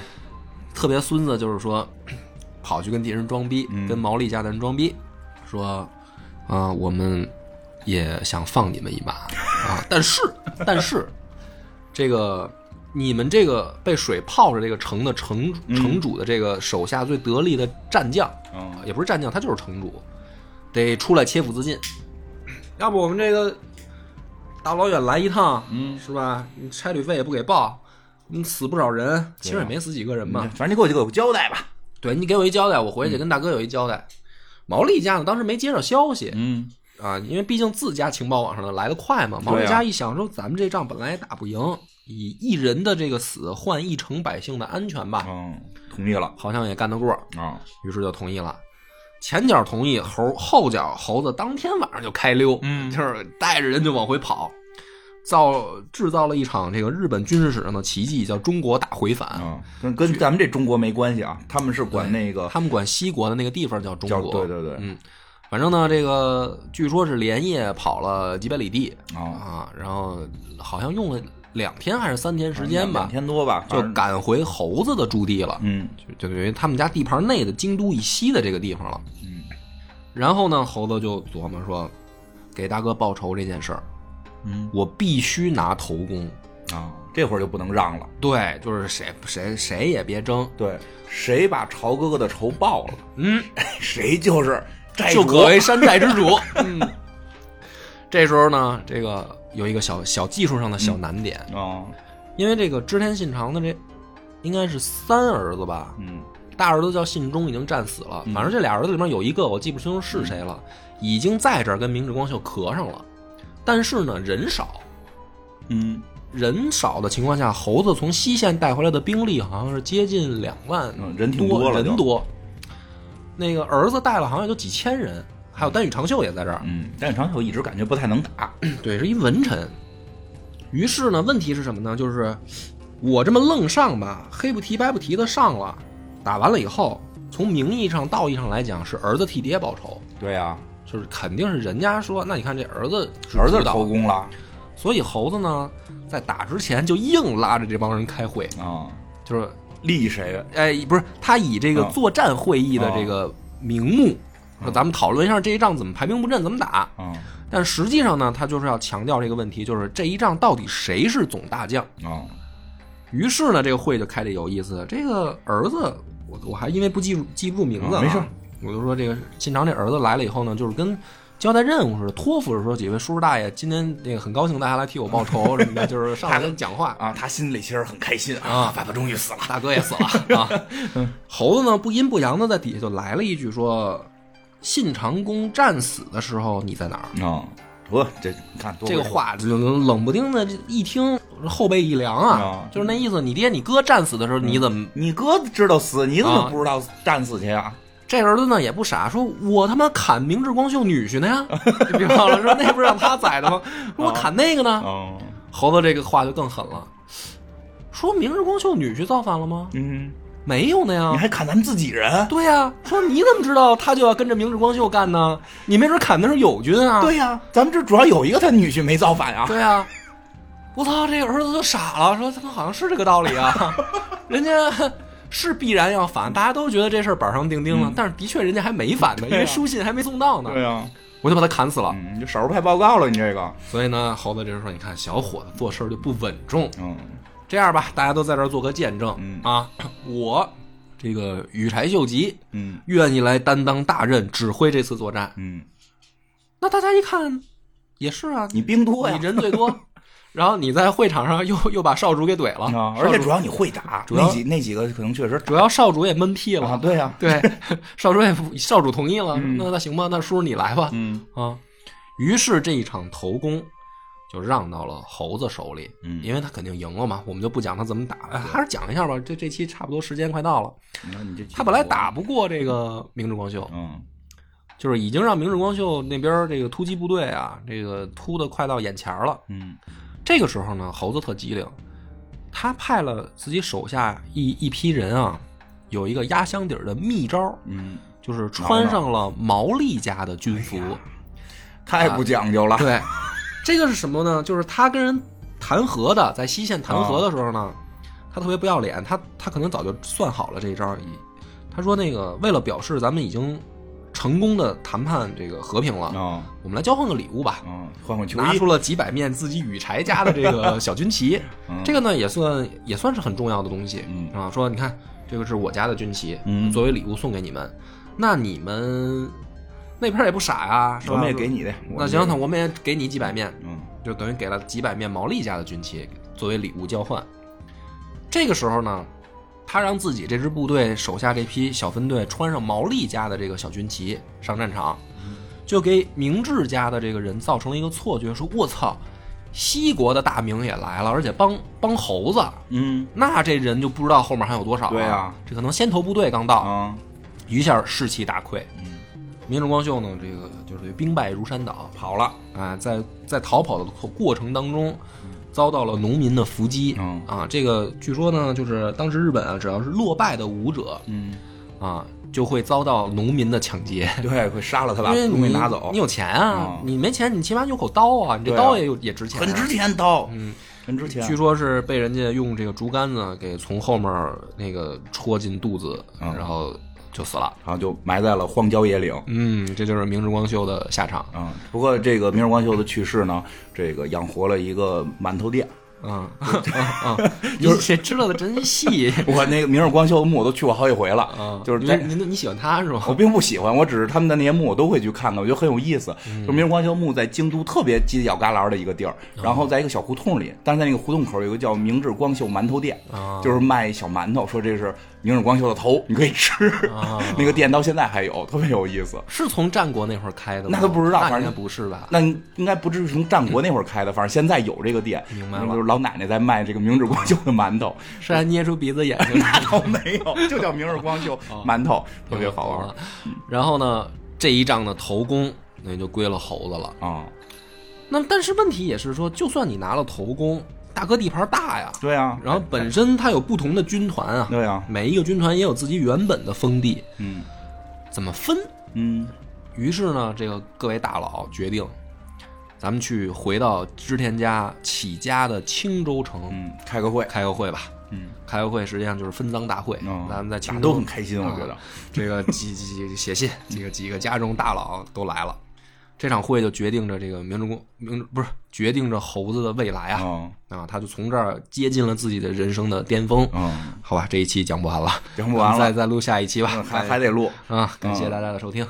特别孙子就是说，跑去跟敌人装逼，嗯跟毛利家的人装逼，说，啊，我们也想放你们一马啊，但是但是这个。你们这个被水泡着这个城的城城主的这个手下最得力的战将，嗯啊也不是战将，他就是城主，得出来切腹自尽。要不我们这个大老远来一趟，嗯，是吧？你差旅费也不给报，你死不少人，其实啊也没死几个人嗯嘛。反正你给我就给我交代吧。对你给我一交代，我回去跟大哥有一交代。毛利家呢，当时没接到消息、嗯啊，因为毕竟自家情报网上的来得快嘛。毛利家一想说，咱们这仗本来也打不赢，以一人的这个死换一城百姓的安全吧，嗯，同意了好像也干得过。啊，于是就同意了。前脚同意，猴后脚猴子当天晚上就开溜，嗯就是带着人就往回跑，造制造了一场这个日本军事史上的奇迹，叫中国大回返。嗯，跟跟咱们这中国没关系啊，他们是管那个他们管西国的那个地方叫中叫国，对对对嗯，反正呢，这个据说是连夜跑了几百里地啊，啊，然后好像用了两天还是三天时间嗯两吧，天多吧，就反正赶回猴子的驻地了。嗯就就等于他们家地盘内的京都以西的这个地方了。嗯，然后呢，猴子就琢磨说，给大哥报仇这件事儿，嗯我必须拿头功。啊，这会儿就不能让了。对，就是谁谁谁也别争，对，谁把朝哥哥的仇报了，嗯， 谁就是债就主。可为山寨之主。 嗯，这时候呢，这个有一个小小技术上的小难点，啊，因为这个织田信长的这应该是三儿子吧，嗯大儿子叫信忠，已经战死了。反正这俩儿子里面有一个我记不清楚是谁了，已经在这儿跟明治光秀磕上了。但是呢，人少，嗯人少的情况下，猴子从西线带回来的兵力好像是接近两万，嗯，人挺了，人人。多。那个儿子带了好像也就几千人，还有丹羽长秀也在这儿，嗯，但是长久一直感觉不太能打。对，是一文臣。于是呢，问题是什么呢？就是我这么愣上吧，黑不提白不提的上了，打完了以后，从名义上、道义上来讲，是儿子替爹报仇，对啊，就是肯定是人家说，那你看这儿子是儿子主导偷工了所以猴子呢，在打之前就硬拉着这帮人开会，啊，就是立谁？哎，不是他以这个啊作战会议的啊这个名目，说咱们讨论一下这一仗怎么排兵布阵，怎么打。啊但实际上呢，他就是要强调这个问题，就是这一仗到底谁是总大将。啊，于是呢，这个会就开得有意思。这个儿子，我我还因为不记住记不住名字、啊没事，我就说这个信长这儿子来了以后呢，就是跟交代任务似的，托付着说几位叔叔大爷，今天那个很高兴大家来替我报仇什么的，就是上来先讲话。啊，他心里其实很开心啊爸爸终于死了。大哥也死了 啊。猴子呢不阴不阳的在底下就来了一句说：“信长公战死的时候你在哪儿啊，得这你看？”多这个会儿话冷冷不丁的一听后背一凉啊啊，嗯就是那意思，你爹你哥战死的时候你怎么？你哥知道死，你怎啊么不知道战死去啊？这儿子呢也不傻，说我他妈砍明智光秀女婿呢 呀，你别忘了说那不是让他宰的吗？说我啊砍那个呢，哦，猴子这个话就更狠了，说明日光秀女婿造反了吗？嗯，没有呢你呀。还砍咱们自己人？啊对啊呀、说你怎么知道他就要跟着明日光秀干呢？你没准砍的是友军啊。对呀，咱们这主要有一个他女婿没造反啊。对呀、我操，这儿子就傻了，说他们好像是这个道理啊， 人家。是必然要反，大家都觉得这事儿板上钉钉了，但是的确人家还没反呢，因嗯对为呀书信还没送到呢，呀，我就把他砍死了。嗯，你这少数派报告了，你这个，所以呢，猴子这时候说：“你看，小伙子做事儿就不稳重，嗯这样吧，大家都在这儿做个见证、嗯啊，我这个羽柴秀吉嗯愿意来担当大任，指挥这次作战。嗯，那大家一看，也是啊，你兵多呀你，人最多，然后你在会场上又又把少主给怼了，啊，少而且主主要你会打，主要那几那几个可能确实主要少主也闷屁了，啊，对呀， 对，少主也少主同意了，嗯那那行吧，那叔叔你来吧，嗯啊，于是这一场头功就让到了猴子手里，嗯因为他肯定赢了嘛，我们就不讲他怎么打，哎还是讲一下吧。这这期差不多时间快到了，你看你这他本来打，不过这个明治光秀，嗯就是已经让明治光秀那边这个突击部队啊，这个突的快到眼前了。嗯这个时候呢，猴子特机灵，他派了自己手下一一批人啊，有一个压箱底儿的秘招，嗯，就是穿上了毛利家的军服。太不讲究了，对，这个是什么呢？就是他跟人谈和的，在西线谈和的时候呢，他特别不要脸，他他可能早就算好了这一招。他说那个为了表示咱们已经成功的谈判这个和平了，啊我们来交换个礼物吧。啊，换换球拿衣出了几百面自己羽柴家的这个小军旗，嗯这个呢也算也算是很重要的东西、嗯啊。说你看，这个是我家的军旗，嗯作为礼物送给你们。那你们那边也不傻呀、是吧我们也给你的，我那们行，也那我们也给你几百面，嗯就等于给了几百面毛利家的军旗作为礼物交换。这个时候呢，他让自己这支部队手下这批小分队穿上毛利家的这个小军旗上战场，就给明治家的这个人造成了一个错觉，说我操，西国的大名也来了，而且帮帮猴子，嗯那这人就不知道后面还有多少了。对啊这可能先头部队刚到，啊一下士气大溃。嗯明治光秀呢，这个就是兵败如山倒，跑了，啊，在在逃跑的过程当中，遭到了农民的伏击。嗯啊，这个据说呢，就是当时日本啊，只要是落败的武者嗯，啊，就会遭到农民的抢劫， 对，会杀了他， 把因为东西你拿走你，有钱啊，嗯你没钱，你起码有口刀啊，你这对啊刀也有、也值钱、很值。钱刀，嗯，很值钱，啊据说是被人家用这个竹竿子给从后面那个戳进肚子，嗯然后就死了。然后就埋在了荒郊野岭。嗯，这就是明治光秀的下场。啊、不过这个明日光秀的去世呢，这个养活了一个馒头店。嗯 嗯 嗯，你这知道的真细。我那个明日光秀的墓我都去过好几回了，啊，就是在您您你喜欢他是吗？我并不喜欢，我只是他们的那些墓我都会去看看，我觉得很有意思。就是明日光秀墓在京都特别犄角旮旯的一个地儿，然后在一个小胡同里，但是在那个胡同口有一个叫明治光秀馒头店，啊就是卖小馒头，说这是明日光秀的头，你可以吃。啊 那个店到现在还有，特别有意思。是从战国那会儿开的吗？那都不知道那应反该正不是 吧？那应该不至于从战国那会儿开的，反正现在有这个店，明白了就是老奶奶在卖这个明治光秀的馒 头，是还捏出鼻子眼睛那倒没有，就叫明日光 秀啊馒头， 特别好玩啊。 然后呢，这一仗的头功那就归了猴子了。啊！那但是问题也是说，就算你拿了头功，大哥地盘大 呀，对啊，然后本身他有不同的军团啊，对啊，每一个军团也有自己原本的封地，嗯怎么分？嗯于是呢，这个各位大佬决定，咱们去回到织田家起家的青州城嗯，开个会，开个会吧。嗯，开个会实际上就是分赃大会，嗯咱们在大青家州都很开心，我觉得啊， 这个几几几写信，这个几个家中大佬都来了。这场会就决定着这个明治公明治不是决定着猴子的未来啊嗯啊！他就从这儿接近了自己的人生的巅峰。嗯，好吧，这一期讲不完了，讲不完咱们再了，嗯再录下一期吧。还还得录，嗯啊，感谢大家的收听。